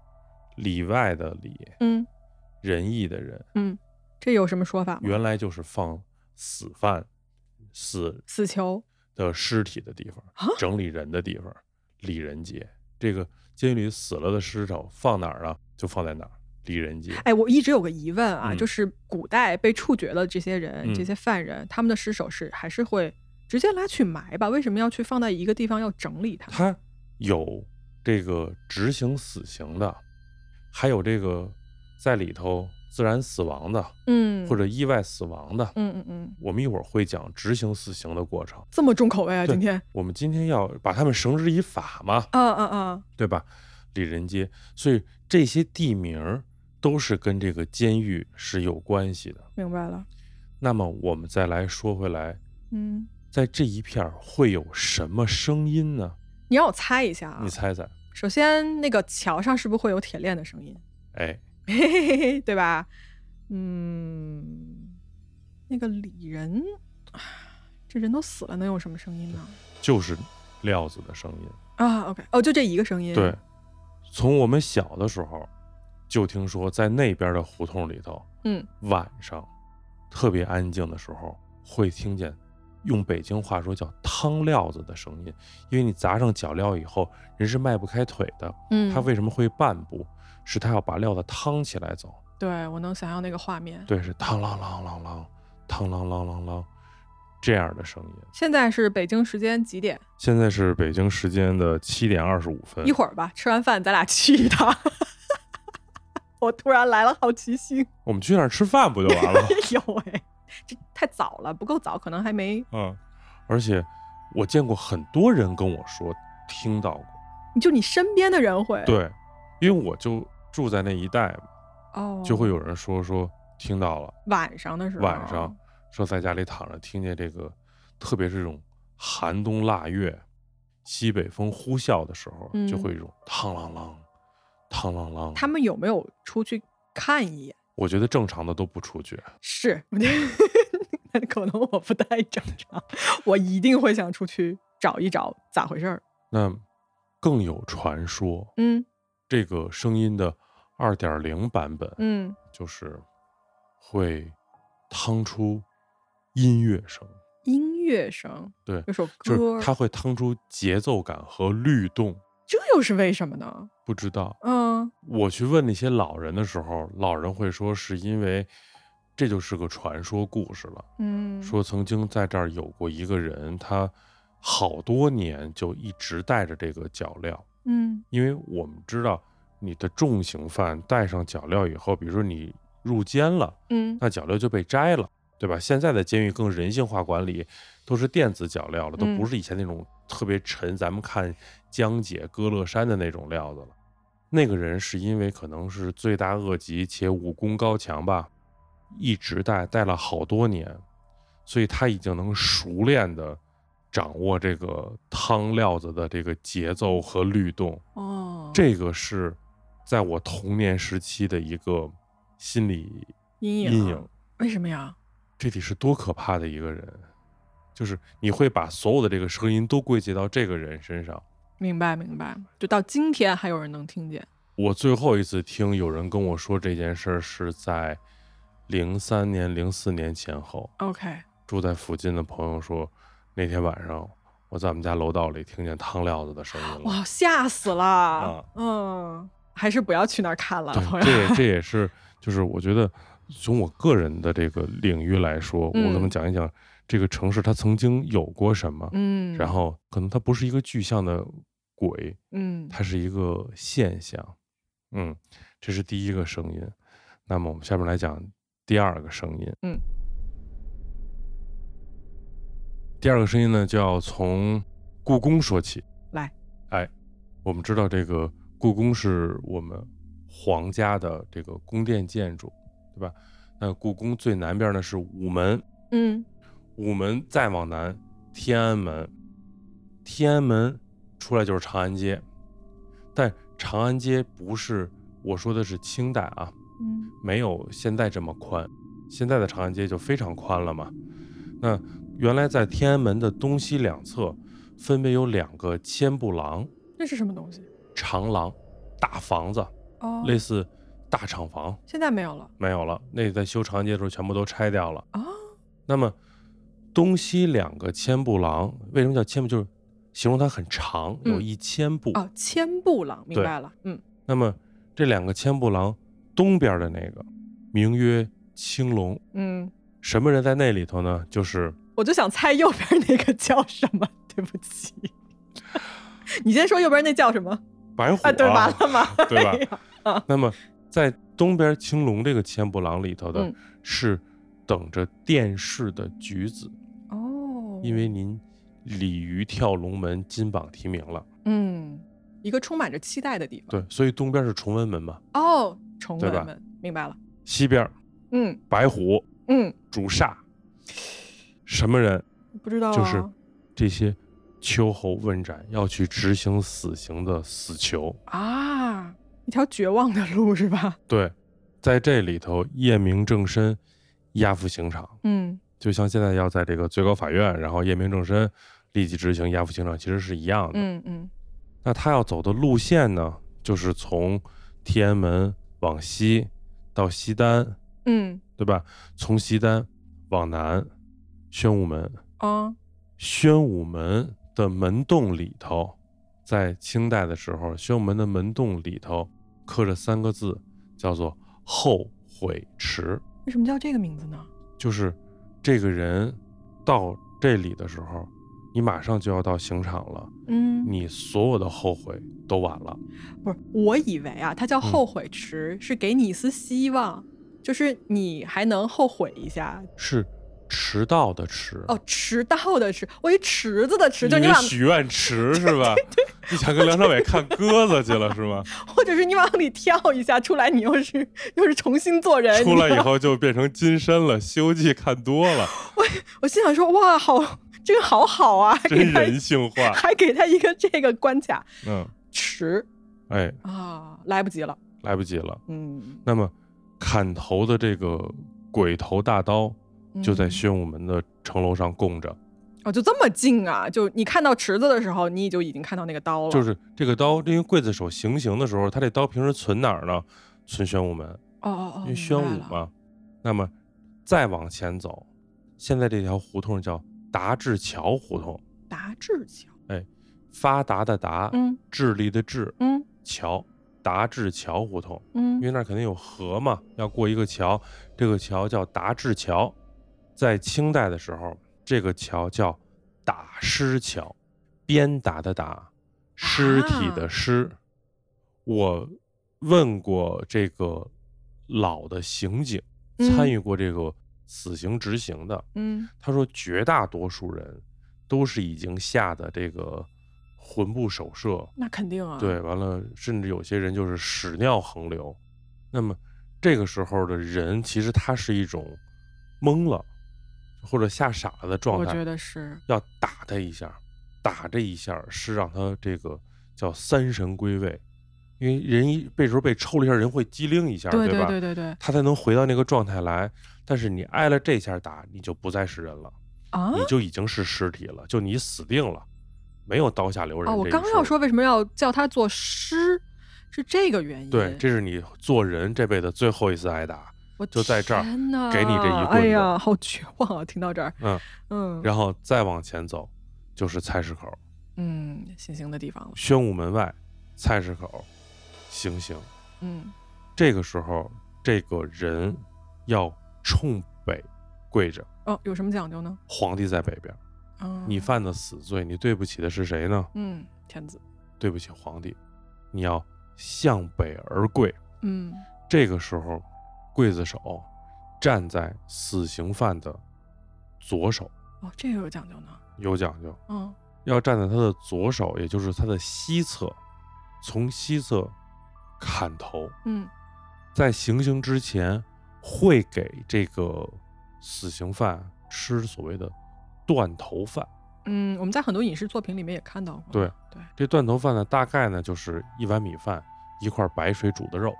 里外的里，
嗯
仁义的仁。
嗯，这有什么说法吗？
原来就是放死犯、死
死囚
的尸体的地方
啊，
整理人的地方，理人街。这个监狱里死了的尸首放哪儿啊？就放在哪儿，理人街。
哎，我一直有个疑问啊，
嗯
就是古代被处决的这些人、
嗯
这些犯人，他们的尸首是还是会直接拉去埋吧？为什么要去放在一个地方要整理它？
他有这个执行死刑的，还有这个在里头自然死亡的，
嗯，
或者意外死亡的。
嗯嗯嗯，
我们一会儿会讲执行死刑的过程。
这么重口味啊，
对
今天。
我们今天要把他们绳之以法嘛。
啊啊啊！
对吧？里仁街，所以这些地名儿都是跟这个监狱是有关系的。
明白了。
那么我们再来说回来，
嗯，
在这一片儿会有什么声音呢？
你让我猜一下啊
你。猜猜？
首先，那个桥上是不是会有铁链的声音？
哎，
对吧？嗯，那个李仁，这人都死了，能有什么声音呢？
就是料子的声音。
啊，OK，哦，就这一个声音。
对，，从我们小的时候就听说，在那边的胡同里头，
嗯，
晚上特别安静的时候，会听见
用北京话说叫汤料子的声音，因为你砸上脚料以后，人是迈不开腿的。
嗯，
他为什么会半步？是他要把料子汤起来走。
对我能想象那个画面。
对，是汤啷啷啷啷，汤啷啷啷啷，这样的声音。
现在是北京时间几点？
现在是北京时间的七点二十五分
一，会儿吧，吃完饭咱俩去一趟。 我突然来了好奇心，
我们去那儿吃饭不就完了？
哎呦喂，这太早了，不够早，可能还没。
嗯，
而且我见过很多人跟我说听到过，
就你身边的人会
对，因为我就住在那一带嘛，
哦，
就会有人说说听到了，
晚上的时候，
晚上说在家里躺着听见这个，特别是这种寒冬腊月，西北风呼啸的时候，
嗯
就会有一种嘡啷啷，嘡啷啷。
他们有没有出去看一眼？
我觉得正常的都不出去，
是，可能我不太正常，我一定会想出去找一找咋回事儿。
那更有传说，
嗯
这个声音的二点零版本，
嗯，
就是会淌出音乐声，
音乐声，
对
有首
就
歌，
是它会淌出节奏感和律动。
这又是为什么呢？
不知道，
嗯，
我去问那些老人的时候，老人会说是因为这就是个传说故事了，
嗯，
说曾经在这儿有过一个人，他好多年就一直带着这个脚镣，
嗯
因为我们知道你的重刑犯带上脚镣以后，比如说你入监了，
嗯
那脚镣就被摘了，对吧？现在的监狱更人性化管理，都是电子脚镣了，都
嗯
不是以前那种特别沉，咱们看江姐、歌乐山的那种料子了。那个人是因为可能是罪大恶极且武功高强吧，一直带带了好多年，所以他已经能熟练的掌握这个汤料子的这个节奏和律动。
哦，
这个是在我童年时期的一个心理
阴影啊
阴影。
为什么呀？
这得是多可怕的一个人！就是你会把所有的这个声音都归结到这个人身上。
明白明白，就到今天还有人能听见。
我最后一次听有人跟我说这件事儿是在零三年、零四年前后，
OK，
住在附近的朋友说，那天晚上我在我们家楼道里听见汤料子的声音了。
哇，吓死了！嗯，还是不要去那儿看了，朋
啊对，
友。
这也这也是就是我觉得从我个人的这个领域来说，我
嗯
可能讲一讲这个城市它曾经有过什么，
嗯，
然后可能它不是一个具象的鬼，
嗯，
它是一个现象。嗯，这是第一个声音。那么我们下面来讲第二个声音。
嗯，
第二个声音呢，就要从故宫说起。
来，
哎，我们知道这个故宫是我们皇家的这个宫殿建筑，对吧？那故宫最南边呢是午门，
嗯
午门再往南，天安门，天安门出来就是长安街，但长安街不是我说的是清代啊，
嗯
没有现在这么宽，现在的长安街就非常宽了嘛。那原来在天安门的东西两侧分别有两个千步廊，
那是什么东西？
长廊，大房子，
哦，
类似大厂房，
现在没有了
没有了，那在修长安街的时候全部都拆掉了。
啊。
那么东西两个千步廊，为什么叫千步？就是形容它很长，
嗯
有一千步。
哦，千步廊，明
对
白了。嗯
那么这两个千步廊东边的那个名曰青龙，
嗯，
什么人在那里头呢？就是
我就想猜右边那个叫什么，对不起。 你先说右边那叫什么？
白虎、
啊，对，完了吗？
对吧
哎呀
那么在东边青龙这个千步廊里头的
嗯
是等着殿试的举子，
哦，
因为您鲤鱼跳龙门金榜题名了，
嗯，一个充满着期待的地方。
对，所以东边是崇文门嘛，
哦，崇
对吧
文门，明白了。
西边
嗯
白虎
嗯，
主煞，什么人？
不知道、啊，
就是这些秋侯问斩要去执行死刑的死囚。
啊，一条绝望的路是吧？
对，在这里头，夜明正身，押赴刑场，
嗯
就像现在要在这个最高法院，然后夜明正身，立即执行押赴刑场，其实是一样的。
嗯嗯
那他要走的路线呢，就是从天安门往西到西单，
嗯，
对吧？从西单往南，宣武门，
嗯
宣武门的门洞里头，在清代的时候，宣武门的门洞里头刻着三个字，叫做“后悔池
为什么叫这个名字呢？”，
就是这个人到这里的时候，你马上就要到刑场了，
嗯，
你所有的后悔都晚了。
不是，我以为啊，它叫后悔
嗯
池，是给你一丝希望，就是你还能后悔一下。
是迟到的迟
哦，，迟到的迟，我一池子的池，就是你
因为
往，
许 愿池是吧？你想跟梁朝伟看鸽子去了是吗？
或者是你往里跳一下，出来你又是又是重新做 人。
出
你
来
知道
以
吗，
后就变成金身了，《西游记》看多了，
我心想说，哇，好， 这个好好啊， 还给
真
他
人性啊化。
还给他一个这个关卡
嗯，
池
哎，
啊，来不及了。
来不及了。
嗯，
那么，砍头的这个鬼头大刀就在
嗯
宣武门的城楼上供着，
哦，就这么近啊！就你看到池子的时候，你就已经看到那个刀了。
就是这个刀，因为刽子手行刑的时候，他这刀平时存哪儿呢？存宣武门，
哦哦哦，
因为
明
宣
白
武
了，
嘛。那么再往前走，现在这条胡同叫达智桥胡同，
达志桥。
发达的达，
嗯
智力的智，
嗯
桥达智桥胡同。
嗯
因为那儿肯定有河嘛，要过一个桥，这个桥叫达智桥，在清代的时候，这个桥叫打尸桥，鞭打的打，尸体的尸。我问过这个老的刑警，
嗯
参与过这个死刑执行的，
嗯
他说绝大多数人都是已经吓得这个魂不守舍，
那肯定啊。
对，完了，甚至有些人就是屎尿横流。那么这个时候的人，其实他是一种懵了或者吓傻了的状
我
态
觉，得是。
要打他一下，打这一下是让他这个叫三神归位，因为人一被时候被抽了一下，人会机灵一下，
对
吧？
对对对
他才能回到那个状态来。但是你挨了这下打，你就不再是人了，
啊！
你就已经是尸体了，就你死定了，没有刀下留人
哦，
这一。
我刚要说为什么要叫他做师，是这个原因。
对，这是你做人这辈子最后一次挨打，
我
就在这儿
天呐
给你这一棍
哎
子
呀，好绝望啊！听到这儿，
嗯，
嗯
然后再往前走就是菜市口，
嗯，行刑的地方了。
宣武门外，菜市口，行刑。
嗯
这个时候，这个人要冲北跪着，
哦，有什么讲究呢？
皇帝在北边，
嗯，
你犯的死罪，你对不起的是谁呢？
嗯天子
对不起皇帝，你要向北而跪。
嗯
这个时候，刽子手站在死刑犯的左手，
哦，这个有讲究呢。
有讲究。
嗯
要站在他的左手，也就是他的西侧，从西侧砍头。
嗯
在行刑之前，会给这个死刑犯吃所谓的断头饭。
嗯，我们在很多影视作品里面也看到过。
对
哦对，
这断头饭呢，大概呢就是一碗米饭，一块白水煮的肉，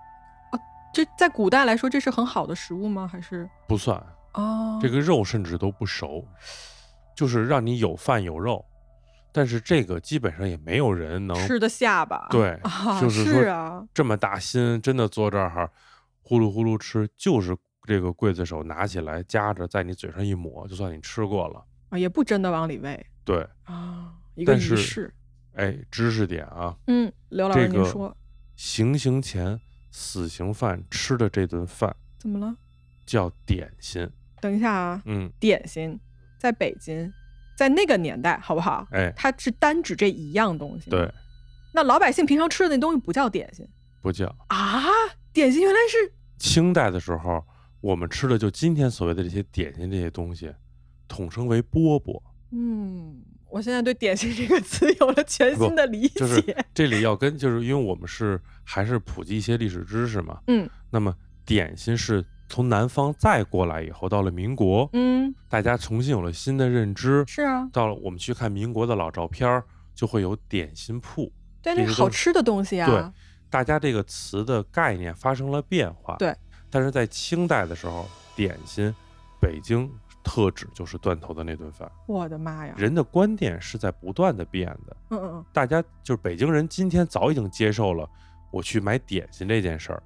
这在古代来说，这是很好的食物吗？还是
不算
哦，
这个肉甚至都不熟，就是让你有饭有肉。但是这个基本上也没有人能
吃得下吧？
对
啊，
就是说
是啊，
这么大心，真的坐这儿呼噜呼噜吃，就是这个刽子手拿起来夹着，在你嘴上一抹，就算你吃过了。
啊，也不真的往里喂
对，
啊，一个
但
仪
是
式。
哎，知识点啊，
嗯，刘老
这
师您
个
说
行刑前死刑犯吃的这顿饭
怎么了？
叫点心。
等一下啊，
嗯，
点心在北京，在那个年代好不好？
哎，
它是单指这一样东西。
对，，
那老百姓平常吃的那东西不叫点心
不叫。
啊，点心原来是
清代的时候，我们吃的就今天所谓的这些点心这些东西，统称为饽饽。
嗯。我现在对“点心”这个词有了全新的理解。
就是这里要跟，就是因为我们是还是普及一些历史知识嘛。
嗯
那么点心是从南方再过来以后，到了民国，
嗯，
大家重新有了新的认知。
是啊，
到了我们去看民国的老照片儿，就会有点心铺。
对，那
这
是
些都
好
是
吃的东西啊。
对大家这个词的概念发生了变化。
对，
但是在清代的时候，点心北京特指就是断头的那顿饭。
我的妈呀！
人的观念是在不断的变的，
嗯嗯嗯，
大家就是北京人今天早已经接受了我去买点心这件事儿，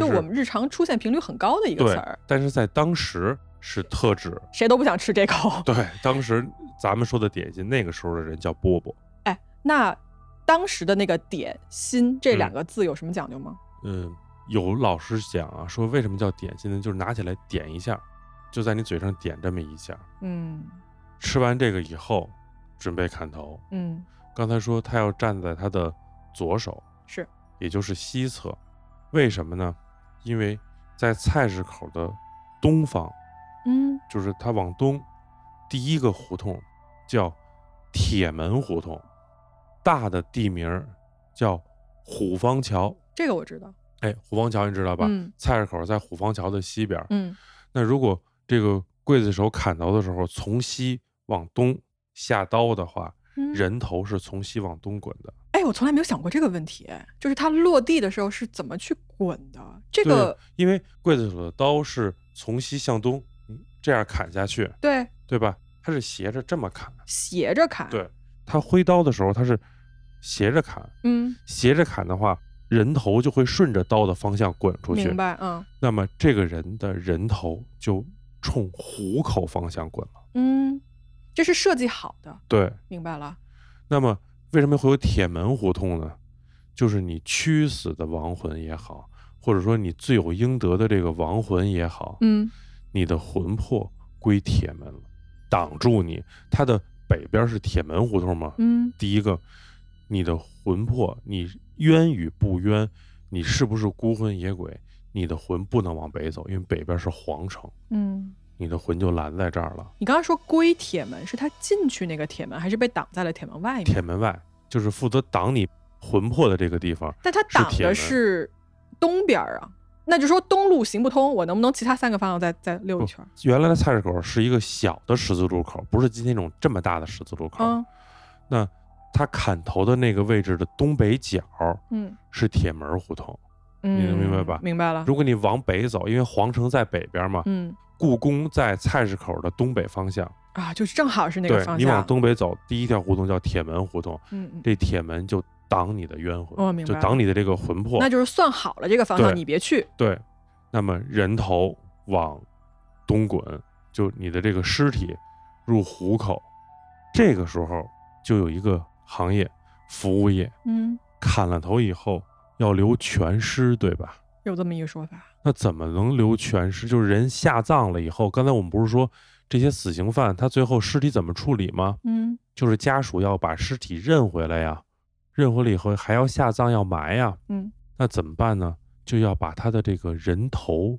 嗯就是我们日常出现频率很高的一个
对
词儿，
但是在当时是特指
谁都不想吃这口。
对，当时咱们说的点心，那个时候的人叫饽饽。
哎，那当时的那个点心这两个字有什么讲究吗？
嗯，有老师讲啊，说为什么叫点心呢？就是拿起来点一下，就在你嘴上点这么一下。
嗯
吃完这个以后，准备砍头。
嗯
刚才说他要站在他的左手，
是，
也就是西侧。为什么呢？因为在菜市口的东方，
嗯，
就是他往东，第一个胡同叫铁门胡同，大的地名儿叫虎坊桥。
这个我知道。
哎，虎坊桥你知道吧？
嗯
菜市口在虎坊桥的西边儿。
嗯
那如果这个刽子手砍头的时候从西往东下刀的话，
嗯，
人头是从西往东滚的。
哎，我从来没有想过这个问题，哎就是它落地的时候是怎么去滚的？这
对
个
因为刽子手的刀是从西向东嗯这样砍下去，
对
对吧？它是斜着这么砍。
斜着砍，
对，他挥刀的时候，他是斜着砍，
嗯，
斜着砍的话，人头就会顺着刀的方向滚出去
明。白，嗯
那么这个人的人头就冲虎口方向滚了。
嗯，这是设计好的，
对，
明白了，
那么为什么会有铁门胡同呢？就是你屈死的亡魂也好，或者说你罪有应得的这个亡魂也好，
嗯
你的魂魄归铁门了，挡住你。它的北边是铁门胡同嘛，
嗯
第一个，你的魂魄，你冤与不冤，你是不是孤魂野鬼？你的魂不能往北走，因为北边是皇城，
嗯。
你的魂就拦在这儿了。
你刚刚说归铁门是他进去那个铁门，还是被挡在了铁门外
铁
面？
门外就是负责挡你魂魄的这个地方，
但他挡
铁
的
门
是东边儿啊，那就说东路行不通，我能不能其他三个方向再再溜一
不
圈儿？
原来的菜市口是一个小的十字路口，不是今天这种这么大的十字路口。
嗯
那他砍头的那个位置的东北角
嗯
是铁门胡同。
嗯，
能明白吧
明白了。
如果你往北走，因为皇城在北边嘛，
嗯
故宫在菜市口的东北方向。
啊，就是正好是那个
对
方
你往
向。
东北走，第一条胡同叫铁门胡同，
嗯嗯，
这铁门就挡你的冤魂，
哦明白
就
了
挡你的这个魂魄。
那就是算好了这个方向，
对
你别去。
对，那么人头往东滚，就你的这个尸体入虎口。这个时候就有一个行业，服务业，
嗯，
砍了头以后要留全尸，对吧？
有这么一个说法。
那怎么能留全尸？就是人下葬了以后，刚才我们不是说这些死刑犯他最后尸体怎么处理吗？
嗯
就是家属要把尸体认回来呀，认回来以后还要下葬要埋呀，
嗯，
那怎么办呢？就要把他的这个人头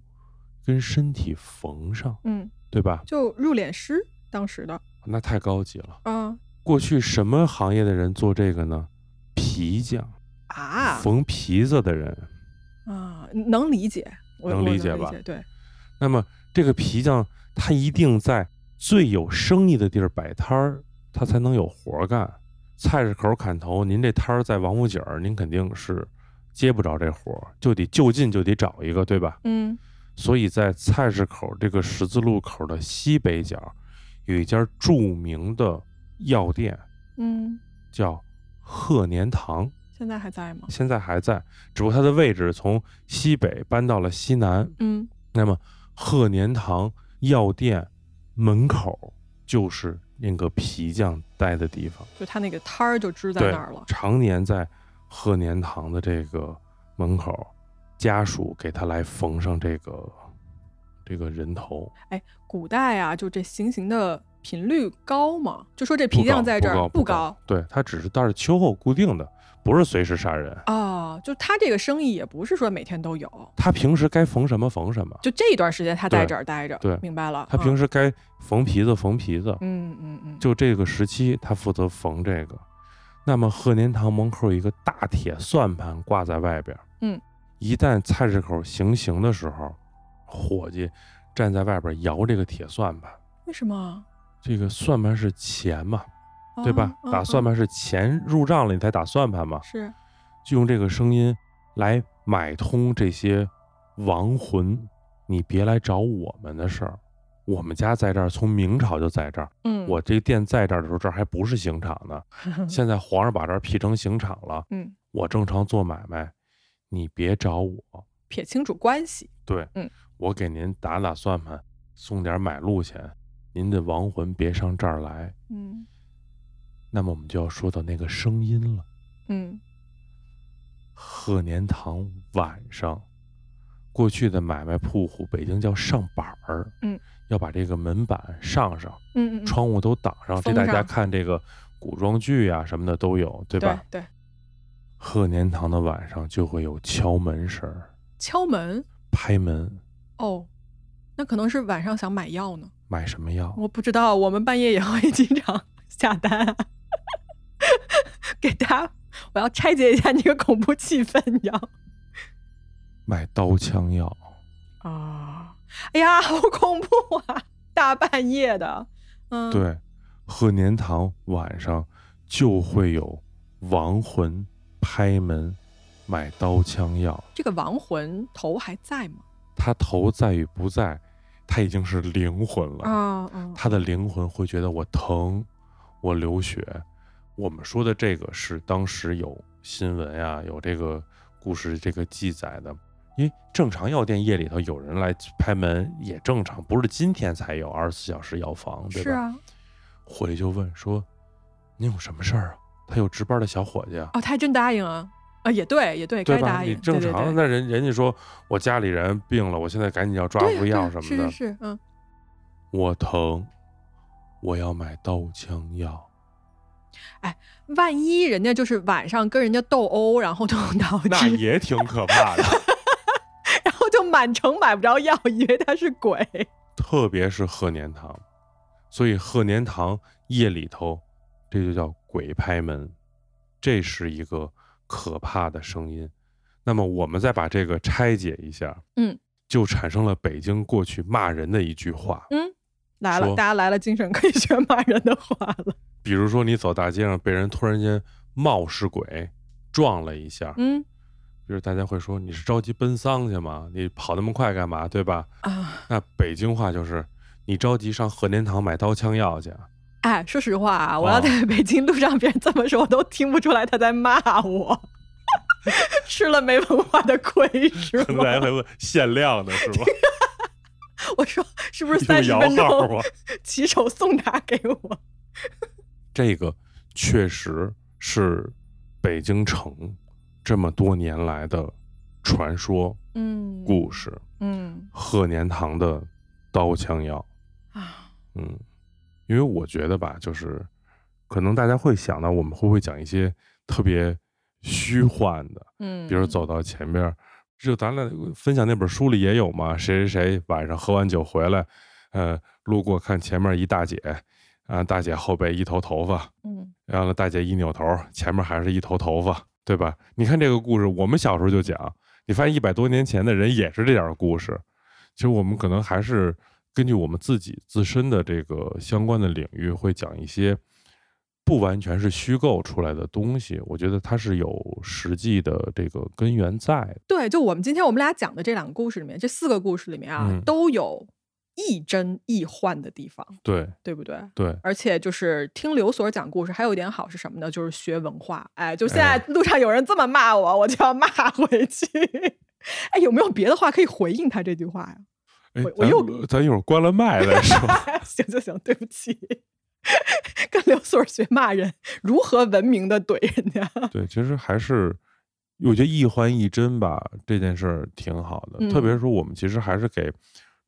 跟身体缝上，
嗯，
对吧？
就入殓师当时的
那太高级了。
啊
过去什么行业的人做这个呢？皮匠，
啊
缝皮子的人。
啊，能理解，我
能
我
理解吧
对，
那么这个皮匠他一定在最有生意的地儿摆摊儿，他才能有活儿干。菜市口砍头，您这摊儿在王府井儿，您肯定是接不着这活儿，就得就近就得找一个，对吧？
嗯
所以在菜市口这个十字路口的西北角，有一家著名的药店
嗯，
叫鹤年堂，
现在还在吗？
现在还在，只不过它的位置从西北搬到了西南。
嗯
那么鹤年堂药店门口就是那个皮匠待的地方，，
就他那个摊儿就支在
对
那儿了，。
常年在鹤年堂的这个门口，家属给他来缝上这个这个人头，
古代啊，就这行刑的频率高嘛，就说这
不
皮匠
高
在这
不
儿
高
不
高，对他只是到是秋后固定的，不是随时杀人。
哦，就他这个生意也不是说每天都有，
他平时该缝什么缝什么，
就这一段时间他在
对
这儿待着，
对
明白了。
他平
时，
时该缝皮子缝皮子，
嗯嗯嗯，
就这个时期，他负责缝这个。那么鹤年堂门口有一个大铁算盘挂在外边，
嗯，
一旦菜市口行刑的时候，伙计站在外边摇这个铁算盘，
为什么？
这个算盘是钱嘛，对吧？
哦
打算、
嗯
盘是钱入账了，你才打算盘嘛
嗯，是，
就用这个声音来买通这些亡魂，你别来找我们的事儿。我们家在这儿，从明朝就在这儿。
嗯，
我这店在这儿的时候，这儿还不是刑场呢。现在皇上把这儿辟成刑场了，
嗯，
我正常做买卖，你别找我。
撇清楚关系，
对，
嗯，
我给您打打算盘，送点买路钱，您的亡魂别上这儿来。
嗯
那么我们就要说到那个声音了。
嗯
鹤年堂晚上，过去的买卖铺户，北京叫上板儿，
嗯，
要把这个门板上上，
嗯嗯，
窗户都挡上，这
封
大家
上
看这个古装剧啊什么的都有，对
对
吧？
对，
鹤年堂的晚上就会有敲门声儿、
敲门
拍门，
哦，那可能是晚上想买药呢，
买什么药？
我不知道，我们半夜也会经常 下单、啊，给大家，我要拆解一下你这个恐怖气氛，你知道吗
买刀枪药。
啊，哎呀，好恐怖啊！大半夜的，嗯，，
对，鹤年堂晚上就会有亡魂拍门、买刀枪药。
这个亡魂头还在吗？
他头在与不在，他已经是灵魂了。
啊，嗯
他的灵魂会觉得我疼，我流血。我们说的这个是当时有新闻呀、有这个故事这个记载的。因为正常药店夜里头有人来拍门也正常，不是今天才有二十四小时药房，对
是
吧？
啊，
伙计就问说：“您有什么事儿啊？”他有值班的小伙计啊，
哦，他还真答应啊，啊，也对，也对，该
对
答
吧？你
应，
正常
对对对
那人人家说我家里人病了，我现在赶紧要抓
对哎呀
服药
对
什么的，
是是是，嗯，
我疼，我要买刀枪药。
万一人家就是晚上跟人家斗殴，然后动刀
那
具，
也挺可怕的。
然后就满城买不着药，以为他是鬼。
特别是鹤年堂，所以鹤年堂夜里头，这就叫鬼拍门，这是一个可怕的声音。那么我们再把这个拆解一下，
嗯，
就产生了北京过去骂人的一句话，
嗯，来了，
说
大家来了，精神可以学骂人的话了。
比如说你走大街上被人突然间冒失鬼撞了一下，
嗯
比如大家会说你是着急奔丧去吗？你跑那么快干嘛？对吧？
啊，
那北京话就是你着急上鹤年堂买刀枪药去。啊
哎，说实话啊，我要
哦
在北京路上别人这么说，我都听不出来他在骂我。 吃了没文化的亏是
可能大家
吗？
会问限量的是吧？
我说是不是
用
三十
摇
分
号
钟
啊？
骑手送达给我？
这个确实是北京城这么多年来的传说
嗯
故事，
嗯
鹤年堂的刀枪药。
啊
嗯，因为我觉得吧，就是可能大家会想到我们会不会讲一些特别虚幻的，
嗯，
比如走到前面儿，就咱俩分享那本书里也有嘛，谁谁谁晚上喝完酒回来，呃，路过看前面一大姐，啊，大姐后背一头头发，
嗯
然后呢，大姐一扭头，前面还是一头头发，对吧？你看这个故事，我们小时候就讲，你发现一百多年前的人也是这样的故事。其实我们可能还是根据我们自己自身的这个相关的领域，会讲一些不完全是虚构出来的东西。我觉得它是有实际的这个根源在的。
对，就我们今天我们俩讲的这两个故事里面，这四个故事里面啊，
嗯
都有亦真亦幻的地方，
对
对不对？
对，
而且就是听刘所讲故事，还有一点好是什么呢？就是学文化。哎，就现在路上有人这么骂我，我就要骂回去。哎，有没有别的话可以回应他这句话呀？
哎
我我
咱
又
咱一会儿关了麦再说。
行行行，对不起， 跟刘所学骂人，如何文明的怼人家？
对，其实还是我觉得一环一真吧，这件事儿挺好的。特别
嗯
是说我们其实还是给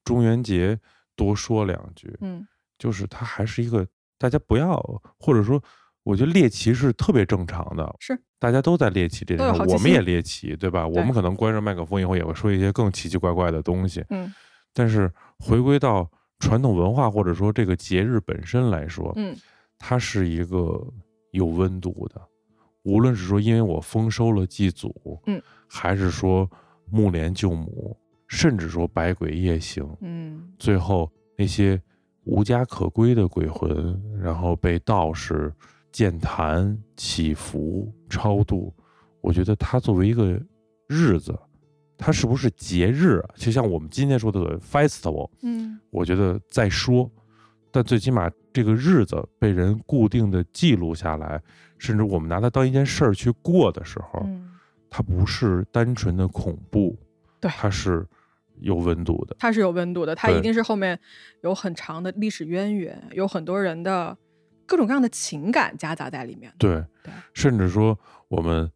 中元节多说两句，
嗯
就是它还是一个大家不要，或者说我觉得猎奇是特别正常的，
是
大家都在猎奇这
都
件
有
事
好
儿，
奇
我们也
心
猎奇，对吧？我
对
们可能关上麦克风以后也会说一些更奇奇怪怪的东西，
嗯
但是回归到传统文化或者说这个节日本身来说，
嗯
它是一个有温度的，无论是说因为我丰收了祭祖，
嗯，
还是说木莲救母，甚至说百鬼夜行，
嗯
最后那些无家可归的鬼魂，然后被道士健谈、祈福、超度，我觉得它作为一个日子，它是不是节日啊？就像我们今天说的所谓 festival，
嗯
我觉得再说，但最起码这个日子被人固定的记录下来，甚至我们拿它当一件事儿去哦过的时候，
嗯，
它不是单纯的恐怖，
对
它是有温度的。
它是有温度的，它
对
一定是后面有很长的历史渊源，有很多人的各种各样的情感夹杂在里面。
对
对，
甚至说我们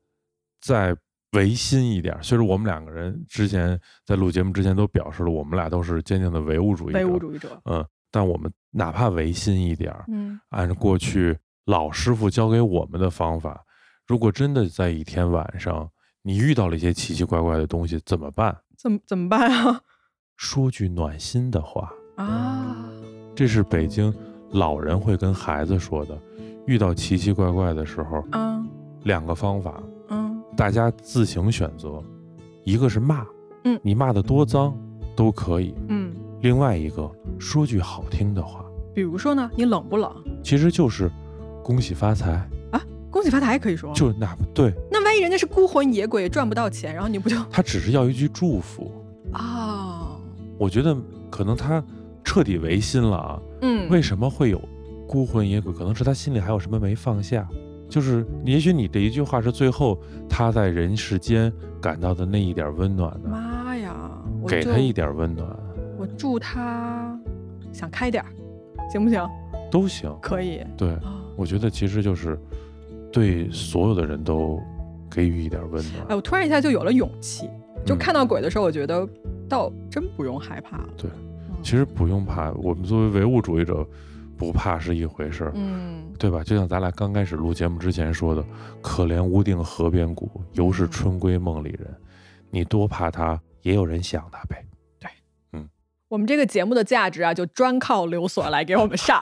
再违心一点儿，虽然我们两个人之前在录节目之前都表示了，我们俩都是坚定的唯物主义者，
唯物主义者，
嗯，但我们哪怕违心一点儿，
嗯，
按照过去老师傅教给我们的方法，如果真的在一天晚上你遇到了一些奇奇怪怪的东西，怎么办？
怎么怎么办啊？
说句暖心的话，
啊，
这是北京老人会跟孩子说的。遇到奇奇怪怪的时候，
嗯
两个方法，
嗯
大家自行选择，一个是骂，
嗯
你骂的多脏都可以；
嗯，
另外一个说句好听的话，
比如说呢，你冷不冷？
其实就是恭喜发财，
恭喜发财可以说，
就哪怕对
那万一人家是孤魂野鬼，赚不到钱，然后你不就
他只是要一句祝福。
啊？
我觉得可能他彻底违心了啊。
嗯，
为什么会有孤魂野鬼？可能是他心里还有什么没放下。就是，也许你的一句话是最后他在人世间感到的那一点温暖呢，
妈呀，我
给
就
他一点温暖
我祝他想开点儿，行不行？
都行。
可以
对，
啊。
我觉得其实就是对所有的人都给予一点温暖。
哎，我突然一下就有了勇气，就
嗯
看到鬼的时候，我觉得倒真不用害怕了。
对
嗯，
其实不用怕，我们作为唯物主义者，不怕是一回事儿。
嗯，
对吧？就像咱俩刚开始录节目之前说的，“可怜无定河边骨，犹是春闺梦里人。”你多怕他，也有人想他呗。
我们这个节目的价值啊，就专靠刘所来给我们 上。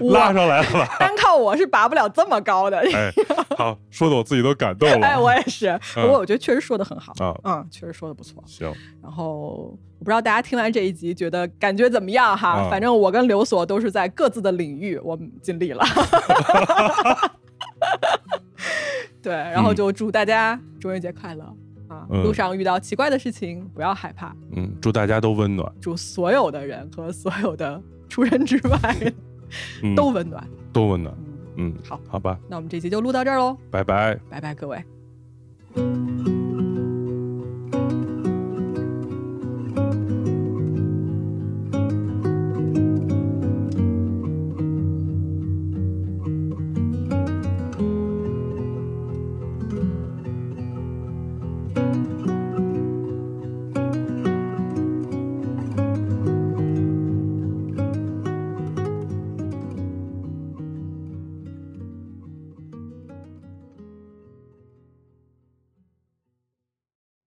拉
我
上来了吧？
单靠我是拔不了这么高的。
哎，好，说的我自己都感动了。
哎，我也是，不
嗯
过我觉得确实说的很好，
啊，
嗯，确实说的不错。
行，
然后我不知道大家听完这一集觉得感觉怎么样哈？
啊
反正我跟刘所都是在各自的领域，我们尽 力了。对，然后就祝大家中元节快乐啊！
嗯
路上遇到奇怪的事情不要害怕，
嗯，祝大家都温暖，
祝所有的人和所有的除人之外
嗯
都温暖。
都温暖。
嗯，
嗯，
好
好吧，
那我们这集就录到这儿喽，
拜拜。
拜拜各位。
嗯